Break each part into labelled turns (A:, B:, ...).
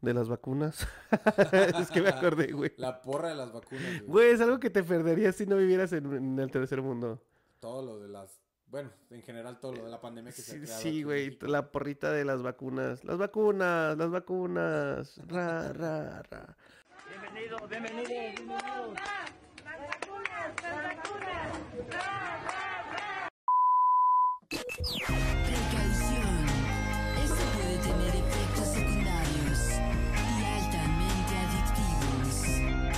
A: de las vacunas. es que me acordé, güey.
B: La porra de las vacunas, güey.
A: Güey, es algo que te perderías si no vivieras en, en el tercer mundo.
B: Todo lo de las. Bueno, en general todo lo de la pandemia que se
A: Sí,
B: ha creado. aquí
A: sí,
B: en
A: güey,
B: México.
A: la porrita de las vacunas. Las vacunas, las vacunas. Ra, ra, ra.
C: Bienvenidos, bienvenidos, bienvenidos.
D: Precaución. Esto puede tener efectos secundarios y altamente adictivos.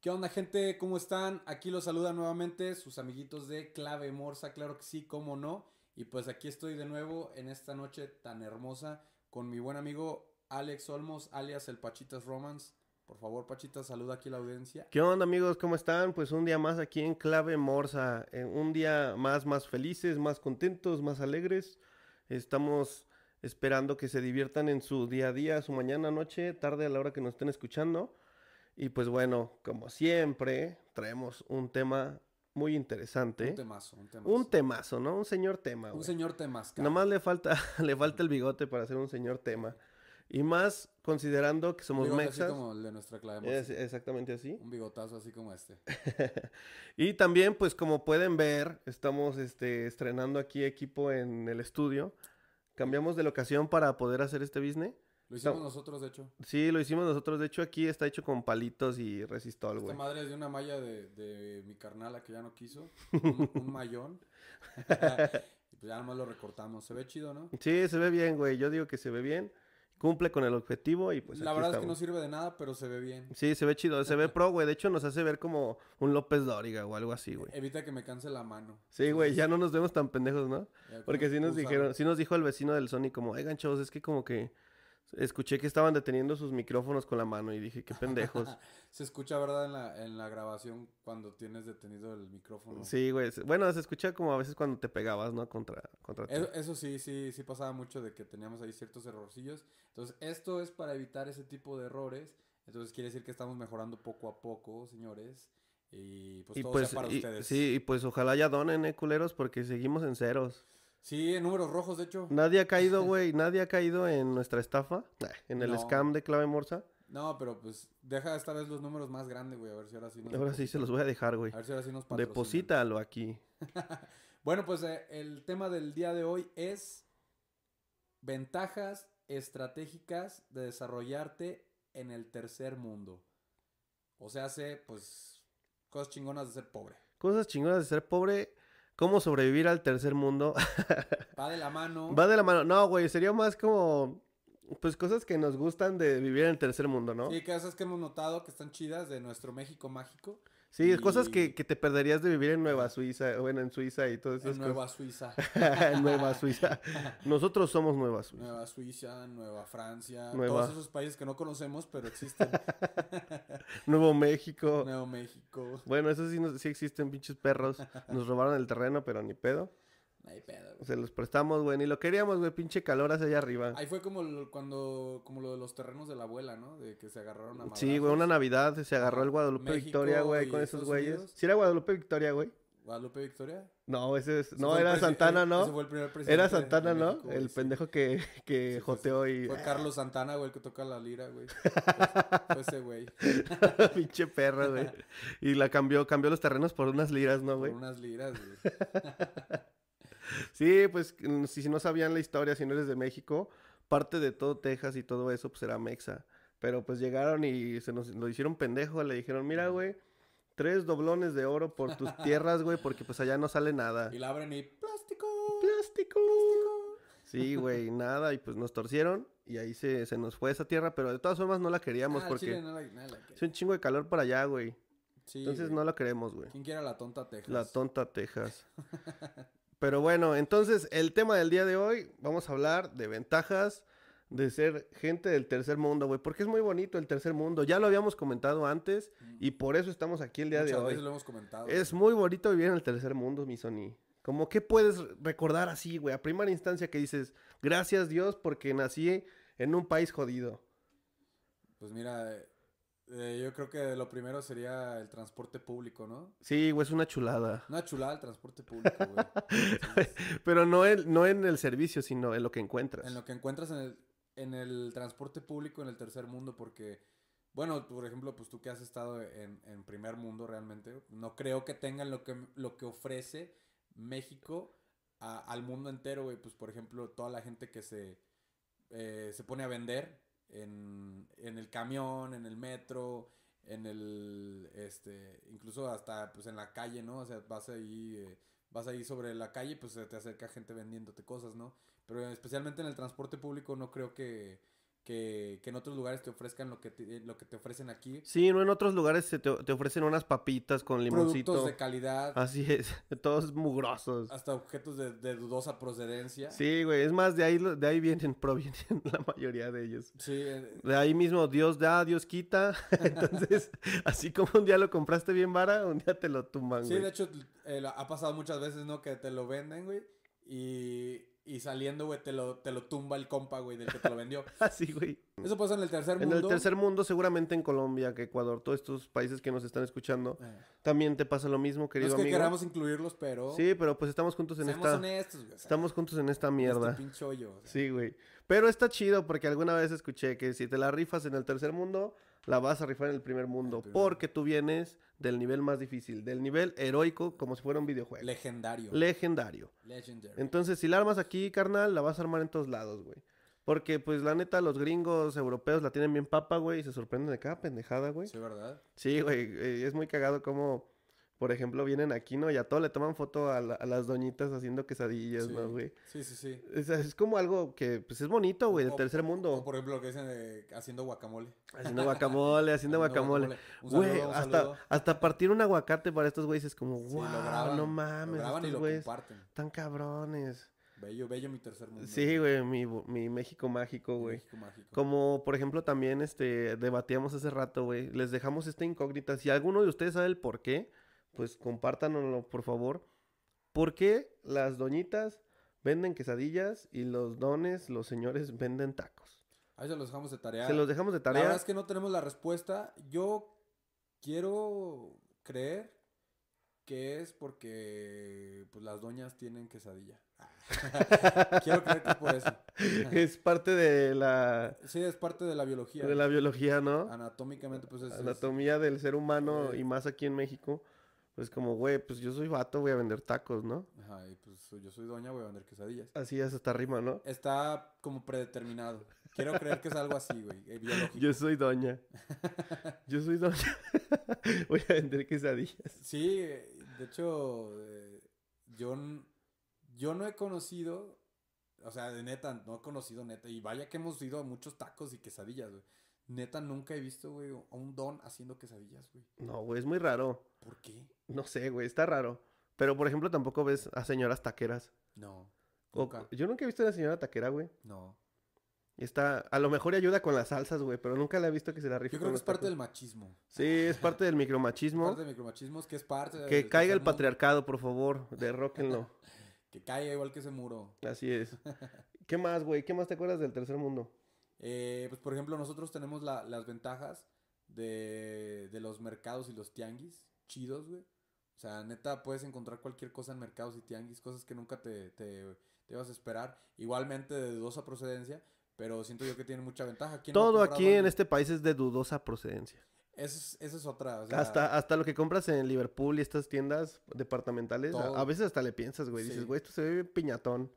B: ¿Qué onda, gente? ¿Cómo están? Aquí los saluda nuevamente sus amiguitos de Clave Morsa, claro que sí, cómo no. Y pues aquí estoy de nuevo en esta noche tan hermosa con mi buen amigo Alex Olmos, alias el Pachitas Romance. Por favor, Pachitas, saluda aquí a la audiencia.
A: ¿Qué onda, amigos? ¿Cómo están? Pues un día más aquí en Clave Morsa. Eh, un día más, más felices, más contentos, más alegres. Estamos esperando que se diviertan en su día a día, su mañana, noche, tarde, a la hora que nos estén escuchando. Y pues bueno, como siempre, traemos un tema muy interesante.
B: Un temazo, un temazo.
A: Un temazo, ¿no? Un señor tema,
B: Un
A: güey.
B: señor temasca.
A: Nomás le falta, le falta el bigote para ser un señor tema. Y más considerando que
B: Un
A: somos
B: bigote así
A: mexas.
B: como el de nuestra Clave Morsa.
A: Es exactamente así.
B: Un bigotazo así como este.
A: Y también, pues como pueden ver, estamos este, estrenando aquí equipo en el estudio. Cambiamos de locación para poder hacer este business.
B: Lo hicimos
A: No.
B: nosotros, de hecho.
A: Sí, lo hicimos nosotros. De hecho, aquí está hecho con palitos y resistol,
B: Esta
A: güey.
B: madre es de una malla de, de mi carnala que ya no quiso. Un, un mayón. y pues ya nomás lo recortamos. Se ve chido, ¿no?
A: Sí, se ve bien, güey. Yo digo que se ve bien. Cumple con el objetivo y pues
B: la
A: aquí
B: verdad es que no
A: estamos.
B: sirve de nada, pero se ve bien.
A: Sí, se ve chido. Se ve pro, güey. De hecho, nos hace ver como un López Dóriga o algo así, güey.
B: Evita que me canse la mano.
A: Sí, güey, ya no nos vemos tan pendejos, ¿no?
B: Ya,
A: Porque
B: como
A: sí nos
B: excusa,
A: dijeron,
B: ¿no?
A: sí nos dijo el vecino del Sony como, oigan, chavos, es que como que escuché que estaban deteniendo sus micrófonos con la mano y dije, qué pendejos.
B: Se escucha, ¿verdad? En la, en la grabación cuando tienes detenido el micrófono.
A: sí, güey. se- Bueno, se escucha como a veces cuando te pegabas, ¿no? Contra, contra ti.
B: Eso, E-, eso sí, sí, sí pasaba mucho de que teníamos ahí ciertos errorcillos. Entonces, esto es para evitar ese tipo de errores. Entonces, quiere decir que estamos mejorando poco a poco, señores. Y pues
A: y
B: todo
A: pues,
B: sea para
A: y-
B: ustedes.
A: sí, y pues ojalá ya donen, eh, culeros, porque seguimos en ceros.
B: Sí, en números rojos, de hecho.
A: Nadie ha caído, güey, nadie ha caído en nuestra estafa, en el
B: No.
A: scam de clave morsa.
B: No, pero pues deja esta vez los números más grandes, güey. A ver si ahora pues sí nos.
A: Ahora sí se los voy a dejar, güey.
B: A ver si ahora sí nos patrocinan.
A: Deposítalo aquí.
B: Bueno, pues eh, el tema del día de hoy es ventajas estratégicas de desarrollarte en el tercer mundo. O sea, hace pues cosas chingonas de ser pobre.
A: Cosas chingonas de ser pobre, cómo sobrevivir al tercer mundo.
B: Va de la mano.
A: Va de la mano. No, güey, sería más como. Pues cosas que nos gustan de vivir en el tercer mundo, ¿no?
B: Sí, cosas que hemos notado que están chidas de nuestro México mágico.
A: Sí,
B: Y-
A: cosas que, que te perderías de vivir en Nueva Suiza, bueno, en Suiza y todas esas
B: En
A: cosas.
B: Nueva Suiza.
A: En Nueva Suiza. Nosotros somos Nueva Suiza.
B: Nueva Suiza, Nueva Francia,
A: Nueva-
B: todos esos países que no conocemos, pero existen.
A: Nuevo México.
B: Nuevo México.
A: Bueno, eso sí, nos- sí existen pinches perros. Nos robaron el terreno, pero ni pedo.
B: No hay pedo, güey.
A: Se los prestamos, güey. Ni lo queríamos, güey. Pinche calor hacia allá arriba.
B: Ahí fue como lo- cuando como lo de los terrenos de la abuela, ¿no? De que se agarraron a
A: Sí, güey,
B: madrazos.
A: una Navidad se agarró el Guadalupe
B: México
A: Victoria, güey,
B: y
A: con esos
B: Estados
A: güeyes.
B: Unidos.
A: Sí era Guadalupe Victoria, güey.
B: Guadalupe Victoria.
A: No, ese es...
B: Ese
A: No,
B: fue el
A: era
B: presi-
A: Santana,
B: eh,
A: ¿no?
B: ese fue el primer presidente
A: Era
B: de-
A: Santana,
B: de
A: ¿no?
B: México, güey,
A: el
B: sí.
A: pendejo que, que
B: Sí, fue-
A: joteó y.
B: Fue Carlos Santana, güey, el que toca la lira, güey. Fue, fue ese güey.
A: pinche perro, güey. Y la cambió, cambió los terrenos por unas liras, ¿no,
B: Con
A: güey?
B: unas liras, güey.
A: Sí, pues mm, si, si no sabían la historia, si no eres de México, parte de todo Texas y todo eso, pues era Mexa. Pero pues llegaron y se nos lo hicieron pendejo, le dijeron, mira, güey, tres doblones de oro por tus tierras, güey, porque pues allá no sale nada.
B: Y la abren y plástico.
A: plástico. Sí, güey, nada, y pues nos torcieron y ahí se, se nos fue esa tierra, pero de todas formas no la queríamos
B: Ah,
A: porque
B: Chile, no la- no la-
A: es un chingo de calor para allá, güey.
B: Sí,
A: Entonces
B: güey.
A: no la queremos, güey.
B: ¿Quién quiera la tonta Texas?
A: La tonta Texas. Pero bueno, entonces el tema del día de hoy, vamos a hablar de ventajas de ser gente del tercer mundo, güey, porque es muy bonito el tercer mundo. Ya lo habíamos comentado antes y por eso estamos aquí el día
B: Mm. Muchas
A: de
B: veces
A: hoy.
B: lo hemos comentado.
A: Es muy bonito vivir en el tercer mundo, mi Sony. Como que puedes recordar así, güey, a primera instancia que dices, gracias Dios porque nací en un país jodido.
B: Pues mira, eh, Eh, yo creo que lo primero sería el transporte público, ¿no?
A: Sí, güey, es una chulada.
B: Una chulada el transporte público, güey. Entonces,
A: Pero no, el- no en el servicio, sino en lo que encuentras.
B: en lo que encuentras en el, en el transporte público en el tercer mundo, porque, bueno, por ejemplo, pues tú que has estado en, en primer mundo realmente, no creo que tengan lo que, lo que ofrece México a- al mundo entero, güey. Pues, por ejemplo, toda la gente que se, eh, se pone a vender en, en el camión, en el metro, en el, este, incluso hasta, pues, en la calle, ¿no? O sea, vas ahí... eh, Vas ahí sobre la calle y pues se te acerca gente vendiéndote cosas, ¿no? Pero especialmente en el transporte público no creo que, que, que en otros lugares te ofrezcan lo que te, lo que te ofrecen aquí.
A: Sí, no en otros lugares se te, te ofrecen unas papitas con limoncito. Ah,
B: Productos de calidad,
A: Así es, todos mugrosos.
B: hasta objetos de, de dudosa procedencia.
A: Sí, güey, es más, de ahí, lo- de ahí vienen, provienen la mayoría de ellos.
B: Sí, eh,
A: De ahí mismo, Dios da, Dios quita. Entonces, así como un día lo compraste bien vara, un día te lo tumban,
B: sí,
A: güey.
B: de hecho eh, la- ha pasado muchas veces, ¿no? Que te lo venden, güey. Y, y saliendo, güey, te lo, te lo tumba el compa, güey, del que te lo vendió.
A: Así, güey.
B: Eso pasa en el tercer
A: En
B: mundo.
A: el tercer mundo, seguramente en Colombia, que Ecuador, todos estos países que nos están escuchando,
B: Eh,
A: también te pasa lo mismo,
B: no es
A: querido
B: que
A: amigo.
B: queramos incluirlos, pero
A: Sí, pero pues estamos juntos en
B: seamos
A: esta.
B: honestos, güey. o sea,
A: Estamos juntos en esta mierda.
B: Este pinche hoyo. o sea.
A: Sí, güey. Pero está chido porque alguna vez escuché que si te la rifas en el tercer mundo, la vas a rifar en el primer mundo.
B: primer
A: Porque tú vienes del nivel más difícil, del nivel heroico, como si fuera un videojuego.
B: Legendario.
A: Legendario.
B: Legendary.
A: Entonces, si la armas aquí, carnal, la vas a armar en todos lados, güey. Porque, pues, la neta, los gringos europeos la tienen bien papa, güey, y se sorprenden de cada pendejada, güey.
B: Sí, ¿verdad?
A: Sí, güey, eh, es muy cagado como, por ejemplo, vienen aquí, ¿no? Y a todo le toman foto a, la- a las doñitas haciendo quesadillas,
B: sí.
A: ¿no, güey?
B: Sí, sí, sí.
A: Es, es como algo que, pues, es bonito, güey, del
B: O-
A: tercer mundo.
B: O por ejemplo lo que dicen de haciendo guacamole.
A: Haciendo guacamole, haciendo guacamole.
B: Un saludo,
A: Güey,
B: un saludo.
A: hasta, hasta partir un aguacate para estos güeyes es como,
B: Sí,
A: wow, no mames,
B: Lo graban y
A: estos
B: lo
A: güeyes
B: comparten.
A: tan cabrones.
B: Bello, bello mi tercer mundo.
A: Sí, güey, mi, mi México mágico,
B: Mi
A: güey.
B: México mágico.
A: Como, por ejemplo, también, este, debatíamos hace rato, güey. Les dejamos esta incógnita. Si alguno de ustedes sabe el por qué, pues compártanoslo, por favor. ¿Por qué las doñitas venden quesadillas y los dones, los señores, venden tacos?
B: Ahí se los dejamos de tarea.
A: Se los dejamos de
B: La
A: tarea.
B: verdad es que no tenemos la respuesta. Yo quiero creer que es porque pues las doñas tienen quesadilla. quiero creer que es por eso.
A: Es parte de la,
B: Sí, es parte de la biología.
A: de la biología, ¿no?
B: Anatómicamente, pues es- es,
A: Anatomía del ser humano
B: Eh.
A: y más aquí en México. Pues como, güey, pues yo soy vato, voy a vender tacos, ¿no?
B: Ajá, y pues yo soy doña, voy a vender quesadillas.
A: Así es hasta rima, ¿no?
B: Está como predeterminado. Quiero creer que es algo así, güey. eh, biológico.
A: Yo soy doña. Yo soy doña. voy a vender quesadillas.
B: Sí, eh, de hecho, eh, yo, n- yo no he conocido, o sea, de neta, no he conocido neta. Y vaya que hemos ido a muchos tacos y quesadillas, güey. Neta, nunca he visto, güey, a un don haciendo quesadillas, güey.
A: No, güey, es muy raro.
B: ¿Por qué?
A: No sé, güey, está raro. Pero, por ejemplo, tampoco ves a señoras taqueras.
B: No.
A: O-
B: Nunca.
A: yo nunca he visto a una señora taquera, güey.
B: No.
A: Y está, a lo mejor y ayuda con las salsas, güey, pero nunca la he visto que se la rife
B: Yo
A: con
B: creo que
A: los
B: es parte
A: tacos.
B: del machismo.
A: Sí, es parte del micromachismo.
B: Parte del micromachismo, que es parte del
A: Que caiga
B: tercer
A: el
B: mundo.
A: patriarcado, por favor, derróquenlo.
B: Que caiga igual que ese muro.
A: Así es. ¿Qué más, güey? ¿Qué más te acuerdas del tercer mundo?
B: Eh, pues por ejemplo, nosotros tenemos la- las ventajas de, de los mercados y los tianguis, chidos, güey. O sea, neta, puedes encontrar cualquier cosa en mercados y tianguis, cosas que nunca te, te, te ibas a esperar. Igualmente de dudosa procedencia, pero siento yo que tiene mucha ventaja. ¿Quién no ha
A: Todo
B: comprado
A: aquí en
B: algo?
A: este país es de dudosa procedencia.
B: Eso es, esa es otra. o sea,
A: hasta, hasta lo que compras en Liverpool y estas tiendas departamentales, a-
B: Todo.
A: a, veces hasta le piensas, güey.
B: Sí.
A: Dices, güey, esto se ve bien piñatón.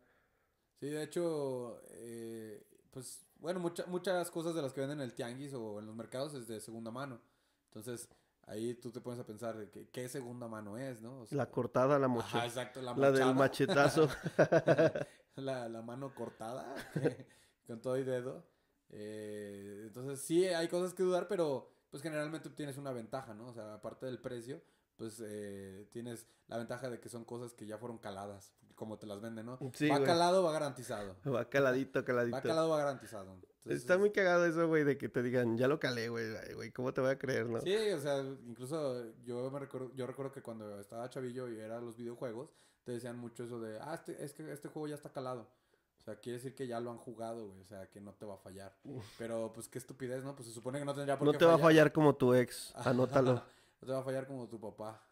B: Sí, de hecho, eh, pues bueno, mucha- muchas cosas de las que venden en el tianguis o en los mercados es de segunda mano. Entonces, ahí tú te pones a pensar de que- qué segunda mano es, ¿no? O sea,
A: La cortada, la
B: Ajá,
A: mochila.
B: exacto, la,
A: La del
B: mochada.
A: machetazo.
B: la, la mano cortada, con todo y dedo. Eh, entonces, sí, hay cosas que dudar, pero pues generalmente obtienes una ventaja, ¿no? O sea, aparte del precio, pues eh, tienes la ventaja de que son cosas que ya fueron caladas, como te las venden, ¿no?
A: Sí,
B: va
A: güey.
B: calado, va garantizado.
A: Va caladito, caladito.
B: Va calado, va garantizado. Entonces,
A: Está muy cagado eso, güey, de que te digan, ya lo calé, güey. Ay, güey, ¿cómo te voy a creer, no?
B: Sí, o sea, incluso yo me recuerdo, yo recuerdo que cuando estaba chavillo y era los videojuegos, te decían mucho eso de, ah, este, es que este juego ya está calado. O sea, quiere decir que ya lo han jugado, güey. O sea, que no te va a fallar. Pero, pues, qué estupidez, ¿no? Pues se supone que no tendría por
A: No
B: qué
A: te va a fallar como tu ex, anótalo.
B: no te va a fallar como tu papá.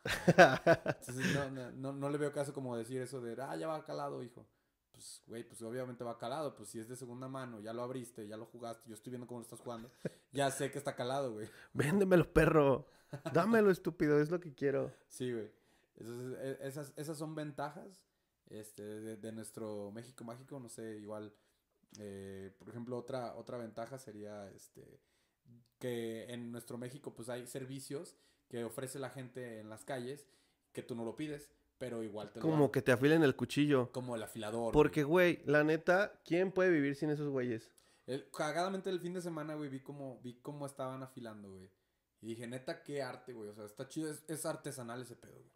B: Entonces, no, no, no, no le veo caso como decir eso de, ah, ya va calado, hijo. Pues, güey, pues obviamente va calado. Pues si es de segunda mano, ya lo abriste, ya lo jugaste, yo estoy viendo cómo lo estás jugando. Ya sé que está calado, güey.
A: Véndemelo, perro. Dámelo, estúpido, es lo que quiero.
B: Sí, güey. Entonces, e- esas, esas son ventajas este, de, de nuestro México mágico. No sé, igual, eh, por ejemplo, otra, otra ventaja sería este, que en nuestro México pues hay servicios que ofrece la gente en las calles que tú no lo pides, pero igual te lo
A: Como
B: dan.
A: que te afilen el cuchillo.
B: como el afilador.
A: Porque,
B: güey.
A: güey, la neta, ¿quién puede vivir sin esos güeyes?
B: El- cagadamente el fin de semana, güey, vi cómo, vi cómo estaban afilando, güey. Y dije, neta, qué arte, güey. O sea, está chido. Es, es artesanal ese pedo, güey.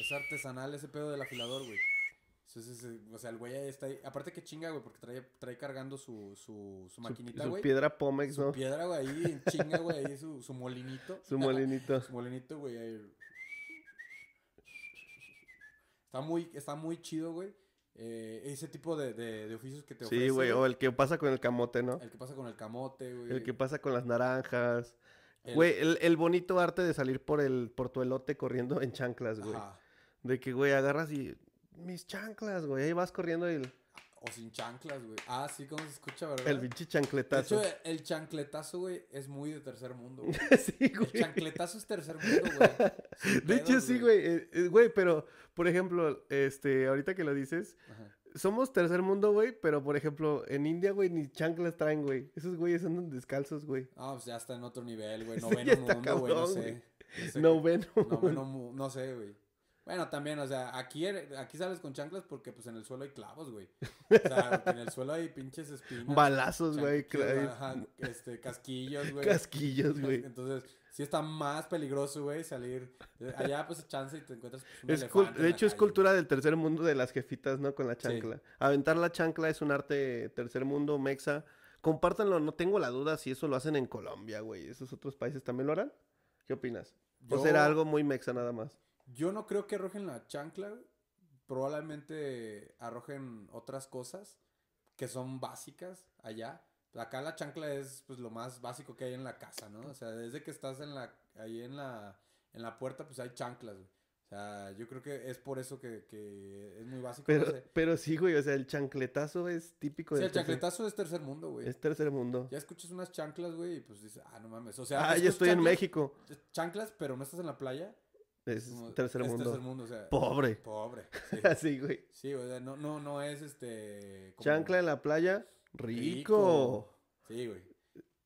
B: Es artesanal ese pedo del afilador, güey. Entonces, eh, o sea, el güey ahí está ahí. Aparte que chinga, güey, porque trae, trae cargando su, su, su
A: Su-
B: maquinita,
A: su,
B: güey.
A: piedra Pomex,
B: Su
A: ¿no?
B: piedra, güey, ahí en chinga, güey, ahí su, su molinito.
A: Su molinito.
B: su molinito, güey, ahí. Está muy, está muy chido, güey. Eh, ese tipo de, de, de oficios que te ofrece.
A: Sí, güey, o el que pasa con el camote, ¿no?
B: El que pasa con el camote, güey.
A: El que pasa con las naranjas.
B: El-
A: Güey, el, el bonito arte de salir por el por tu elote corriendo en chanclas, güey.
B: Ajá.
A: De que, güey, agarras y... Mis chanclas, güey. Ahí vas corriendo el,
B: O sin chanclas, güey. Ah, sí, como se escucha, ¿verdad?
A: el pinche
B: de
A: chancletazo.
B: hecho, el chancletazo, güey, es muy de tercer mundo, güey.
A: sí,
B: El
A: güey.
B: chancletazo es tercer mundo, güey. Sin
A: De hecho,
B: pedos,
A: sí, güey. Eh, eh, Güey, pero, por ejemplo, este, ahorita que lo dices,
B: Ajá.
A: somos tercer mundo, güey, pero, por ejemplo, en India, güey, ni chanclas traen, güey. Esos güeyes andan descalzos, güey.
B: Ah, pues ya está en otro nivel, güey.
A: Sí,
B: Noveno
A: ya está
B: mundo, güey. No
A: cabrón,
B: sé.
A: güey.
B: No sé,
A: No
B: güey.
A: ven.
B: Noveno mu- no sé, güey. Bueno, también, o sea, aquí, er- aquí sales con chanclas porque pues en el suelo hay clavos, güey. O sea, en el suelo hay pinches espinas.
A: Balazos, güey.
B: chanquillos,
A: cla-
B: ajá, este, casquillos, güey.
A: Casquillos, güey.
B: Entonces, sí está más peligroso, güey, salir. eh, Allá, pues, chance y te encuentras. pues, un
A: Es cul-
B: elefante en
A: de
B: la
A: hecho, es
B: calle,
A: cultura del tercer mundo de las jefitas, ¿no? Con la
B: Sí.
A: chancla. Aventar la chancla es un arte tercer mundo, mexa. Compártanlo, no tengo la duda si eso lo hacen en Colombia, güey. ¿Esos otros países también lo harán? ¿Qué opinas?
B: güey.
A: ¿O
B: Yo-
A: será algo muy mexa nada más?
B: Yo no creo que arrojen la chancla, güey. Probablemente arrojen otras cosas que son básicas allá. Acá la chancla es pues lo más básico que hay en la casa, ¿no? O sea, desde que estás en la, ahí en la, en la puerta, pues hay chanclas, güey. O sea, yo creo que es por eso que, que es muy básico. no
A: Pero,
B: sé.
A: pero sí, güey, o sea, el chancletazo es típico
B: Sí,
A: del
B: el
A: tercer-
B: chancletazo es tercer mundo, güey.
A: Es tercer mundo.
B: Ya escuchas unas chanclas, güey, y pues dices, ah, no mames. O sea,
A: Ah, ya
B: escuchas
A: estoy en
B: chanclas-
A: México.
B: Chanclas, pero no estás en la playa.
A: Es
B: como-
A: tercer
B: es
A: mundo.
B: tercer mundo, o sea.
A: Pobre.
B: Pobre. Sí,
A: Así, güey.
B: Sí, o sea, no, no, no es este. como-
A: Chancla en la playa, rico.
B: Rico. Sí, güey.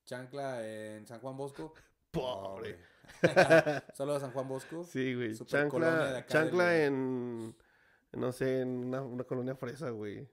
B: Chancla en San Juan Bosco.
A: Pobre.
B: Saludos a San Juan Bosco.
A: Sí, güey.
B: Super colonia de
A: Chancla,
B: acá
A: chancla
B: del-
A: en, no sé, en una, una colonia fresa, güey.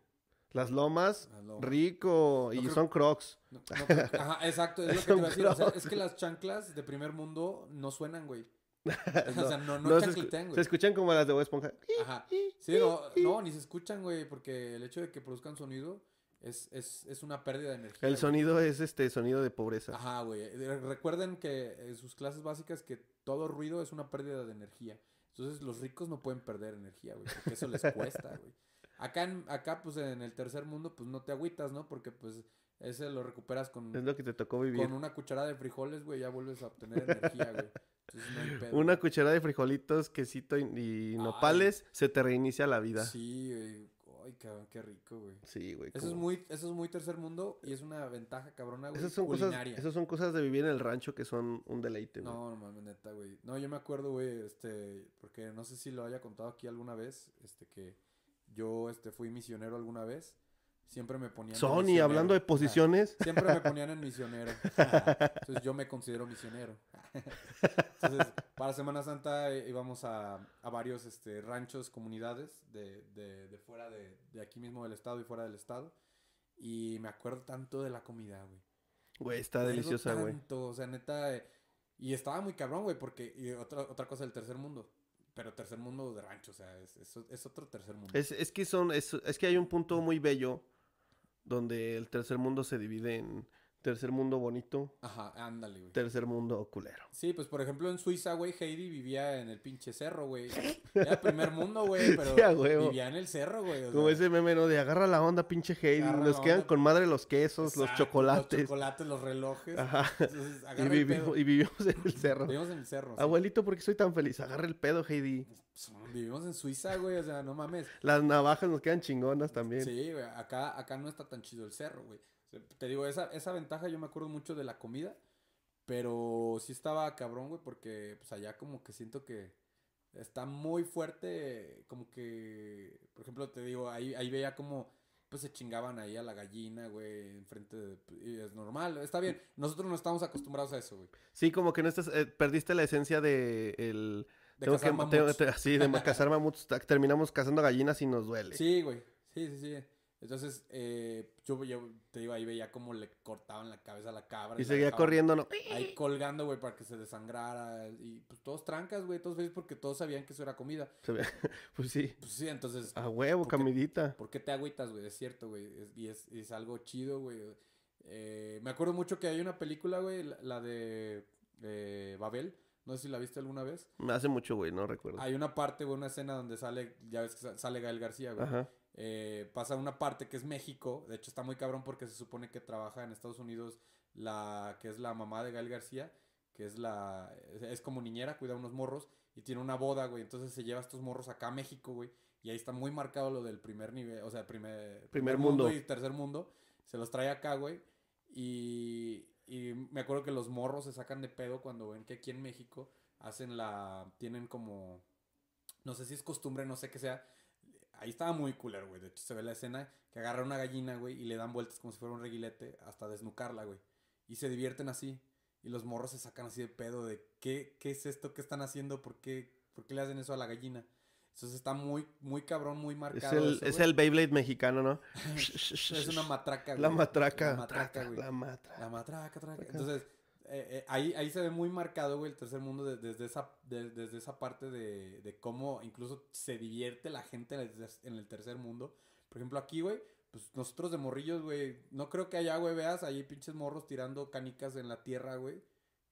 A: Las lomas,
B: Las Lomas.
A: rico.
B: No
A: y
B: creo-
A: son crocs.
B: Ah, No- no creo que- ajá, exacto, es lo que te
A: Son
B: iba a decir. O sea,
A: crocs.
B: es que las chanclas de primer mundo no suenan, güey. o sea, no,
A: No
B: no,
A: se, escu-
B: chanclitean,
A: se
B: güey.
A: escuchan como las de Bob Esponja.
B: Ajá. Sí, no, no, ni se escuchan, güey, porque el hecho de que produzcan sonido es, es, es una pérdida de energía.
A: El
B: güey.
A: sonido es este sonido de pobreza.
B: Ajá, güey. Eh, Recuerden que en sus clases básicas que todo ruido es una pérdida de energía. Entonces los ricos no pueden perder energía, güey, porque eso les cuesta, güey. Acá, en- acá, pues en el tercer mundo, pues no te agüitas, ¿no? Porque pues ese lo recuperas con,
A: Es lo que te tocó vivir.
B: con una cucharada de frijoles, güey, ya vuelves a obtener energía, güey. Entonces no hay pedo.
A: Una
B: güey.
A: cuchara de frijolitos, quesito y, y nopales, se te reinicia la vida. Sí,
B: Sí, güey. Ay, cabrón, qué rico, güey.
A: güey.
B: Eso es,
A: como-
B: muy, eso es muy tercer mundo y es una ventaja cabrona, güey.
A: Esas son, cosas,
B: culinaria.
A: esas son cosas de vivir en el rancho que son un deleite, güey.
B: No, no mames, neta, güey. No, yo me acuerdo, güey, este, porque no sé si lo haya contado aquí alguna vez, este, que yo, este, fui misionero alguna vez. Siempre me ponían. de
A: Sony,
B: misionero.
A: hablando de
B: Ah,
A: posiciones,
B: siempre me ponían en misionero. Entonces yo me considero misionero. Entonces, para Semana Santa eh, íbamos a, a varios este, ranchos, comunidades de, de, de fuera de, de aquí mismo del estado y fuera del estado. Y me acuerdo tanto de la comida, güey
A: güey, está
B: acuerdo
A: deliciosa, güey.
B: tanto, o sea, neta. eh, Y estaba muy cabrón, güey, porque. y otra, otra cosa del tercer mundo. Pero tercer mundo de rancho, o sea, es, es- es otro tercer mundo.
A: Es, es que son, es, es que hay un punto muy bello donde el tercer mundo se divide en tercer mundo bonito,
B: Ajá, ándale, güey.
A: tercer mundo culero.
B: Sí, pues por ejemplo en Suiza, güey, Heidi vivía en el pinche cerro, güey. Era primer mundo, güey, pero
A: Sí, a huevo.
B: vivía en el cerro, güey. o
A: Como
B: sea,
A: ese meme, ¿no? De agarra la onda, pinche Heidi.
B: Agarra
A: Nos
B: la
A: quedan
B: onda.
A: con madre los quesos, los
B: exacto, Los
A: chocolates.
B: chocolates, los relojes.
A: Ajá.
B: Entonces,
A: Y,
B: agarra
A: vivi-
B: el pedo.
A: y vivimos en el cerro. Ah,
B: Vivimos en el cerro. sí.
A: Abuelito, ¿por qué soy tan feliz? Agarra el pedo, Heidi.
B: Pues, no, Vivimos en Suiza, güey, o sea, no mames.
A: Las navajas nos quedan chingonas también.
B: Sí, güey, acá, acá no está tan chido el cerro, güey. O sea, Te digo, esa, esa ventaja yo me acuerdo mucho de la comida, pero sí estaba cabrón, güey, porque pues allá como que siento que está muy fuerte, como que, por ejemplo, te digo, ahí, ahí veía como, pues se chingaban ahí a la gallina, güey, enfrente de... pues, y es normal, está bien, nosotros no estamos acostumbrados a eso, güey.
A: Sí, como que no estás, eh, perdiste la esencia de el...
B: De
A: tengo
B: cazar
A: que,
B: mamuts.
A: tengo que- sí, de ma- cazar mamuts. ta- Terminamos cazando gallinas y nos duele.
B: Sí, güey. Sí, sí, sí. Entonces, eh, yo, yo te digo, ahí veía cómo le cortaban la cabeza a la cabra.
A: y
B: la
A: seguía
B: dejaban
A: corriendo, ¿no?
B: Ahí colgando, güey, para que se desangrara. Y pues todos trancas, güey, todos felices porque todos sabían que eso era comida.
A: Se ve- Pues sí,
B: Pues sí, entonces,
A: a huevo,
B: Porque-
A: camidita.
B: ¿por qué te agüitas, güey? Es cierto, güey. es- y es, es algo chido, güey. Eh, me acuerdo mucho que hay una película, güey, la, la de eh, Babel. No sé si la viste alguna vez.
A: Hace mucho, güey, no recuerdo.
B: Hay una parte, güey, una escena donde sale, ya ves que sa- sale Gael García, güey.
A: Ajá.
B: eh, pasa una parte que es México. De hecho, está muy cabrón porque se supone que trabaja en Estados Unidos la que es la mamá de Gael García, que es la es- es como niñera, cuida unos morros y tiene una boda, güey. Entonces se lleva estos morros acá a México, güey. Y ahí está muy marcado lo del primer nivel, o sea, primer,
A: Primer mundo.
B: y tercer mundo. Se los trae acá, güey. Y, y me acuerdo que los morros se sacan de pedo cuando ven que aquí en México hacen la. Tienen como. No sé si es costumbre, no sé qué sea. Ahí estaba muy culero, güey. De hecho, se ve la escena que agarra una gallina, güey, y le dan vueltas como si fuera un reguilete hasta desnucarla, güey. Y se divierten así. Y los morros se sacan así de pedo de qué, qué es esto que están haciendo, por qué, por qué le hacen eso a la gallina. Entonces está muy, muy cabrón, muy
A: Es
B: marcado.
A: el,
B: eso,
A: es
B: güey.
A: el Beyblade mexicano, ¿no?
B: Es una matraca,
A: La
B: güey.
A: matraca.
B: La matraca,
A: traca,
B: güey.
A: La matraca.
B: La matraca, traca. Entonces, eh, eh, ahí, ahí se ve muy marcado, güey, el tercer mundo de- desde, esa, de- desde esa parte de, de cómo incluso se divierte la gente en el, ter- en el tercer mundo. Por ejemplo, aquí, güey, pues nosotros de morrillos, güey, no creo que allá, güey, veas ahí pinches morros tirando canicas en la tierra, güey,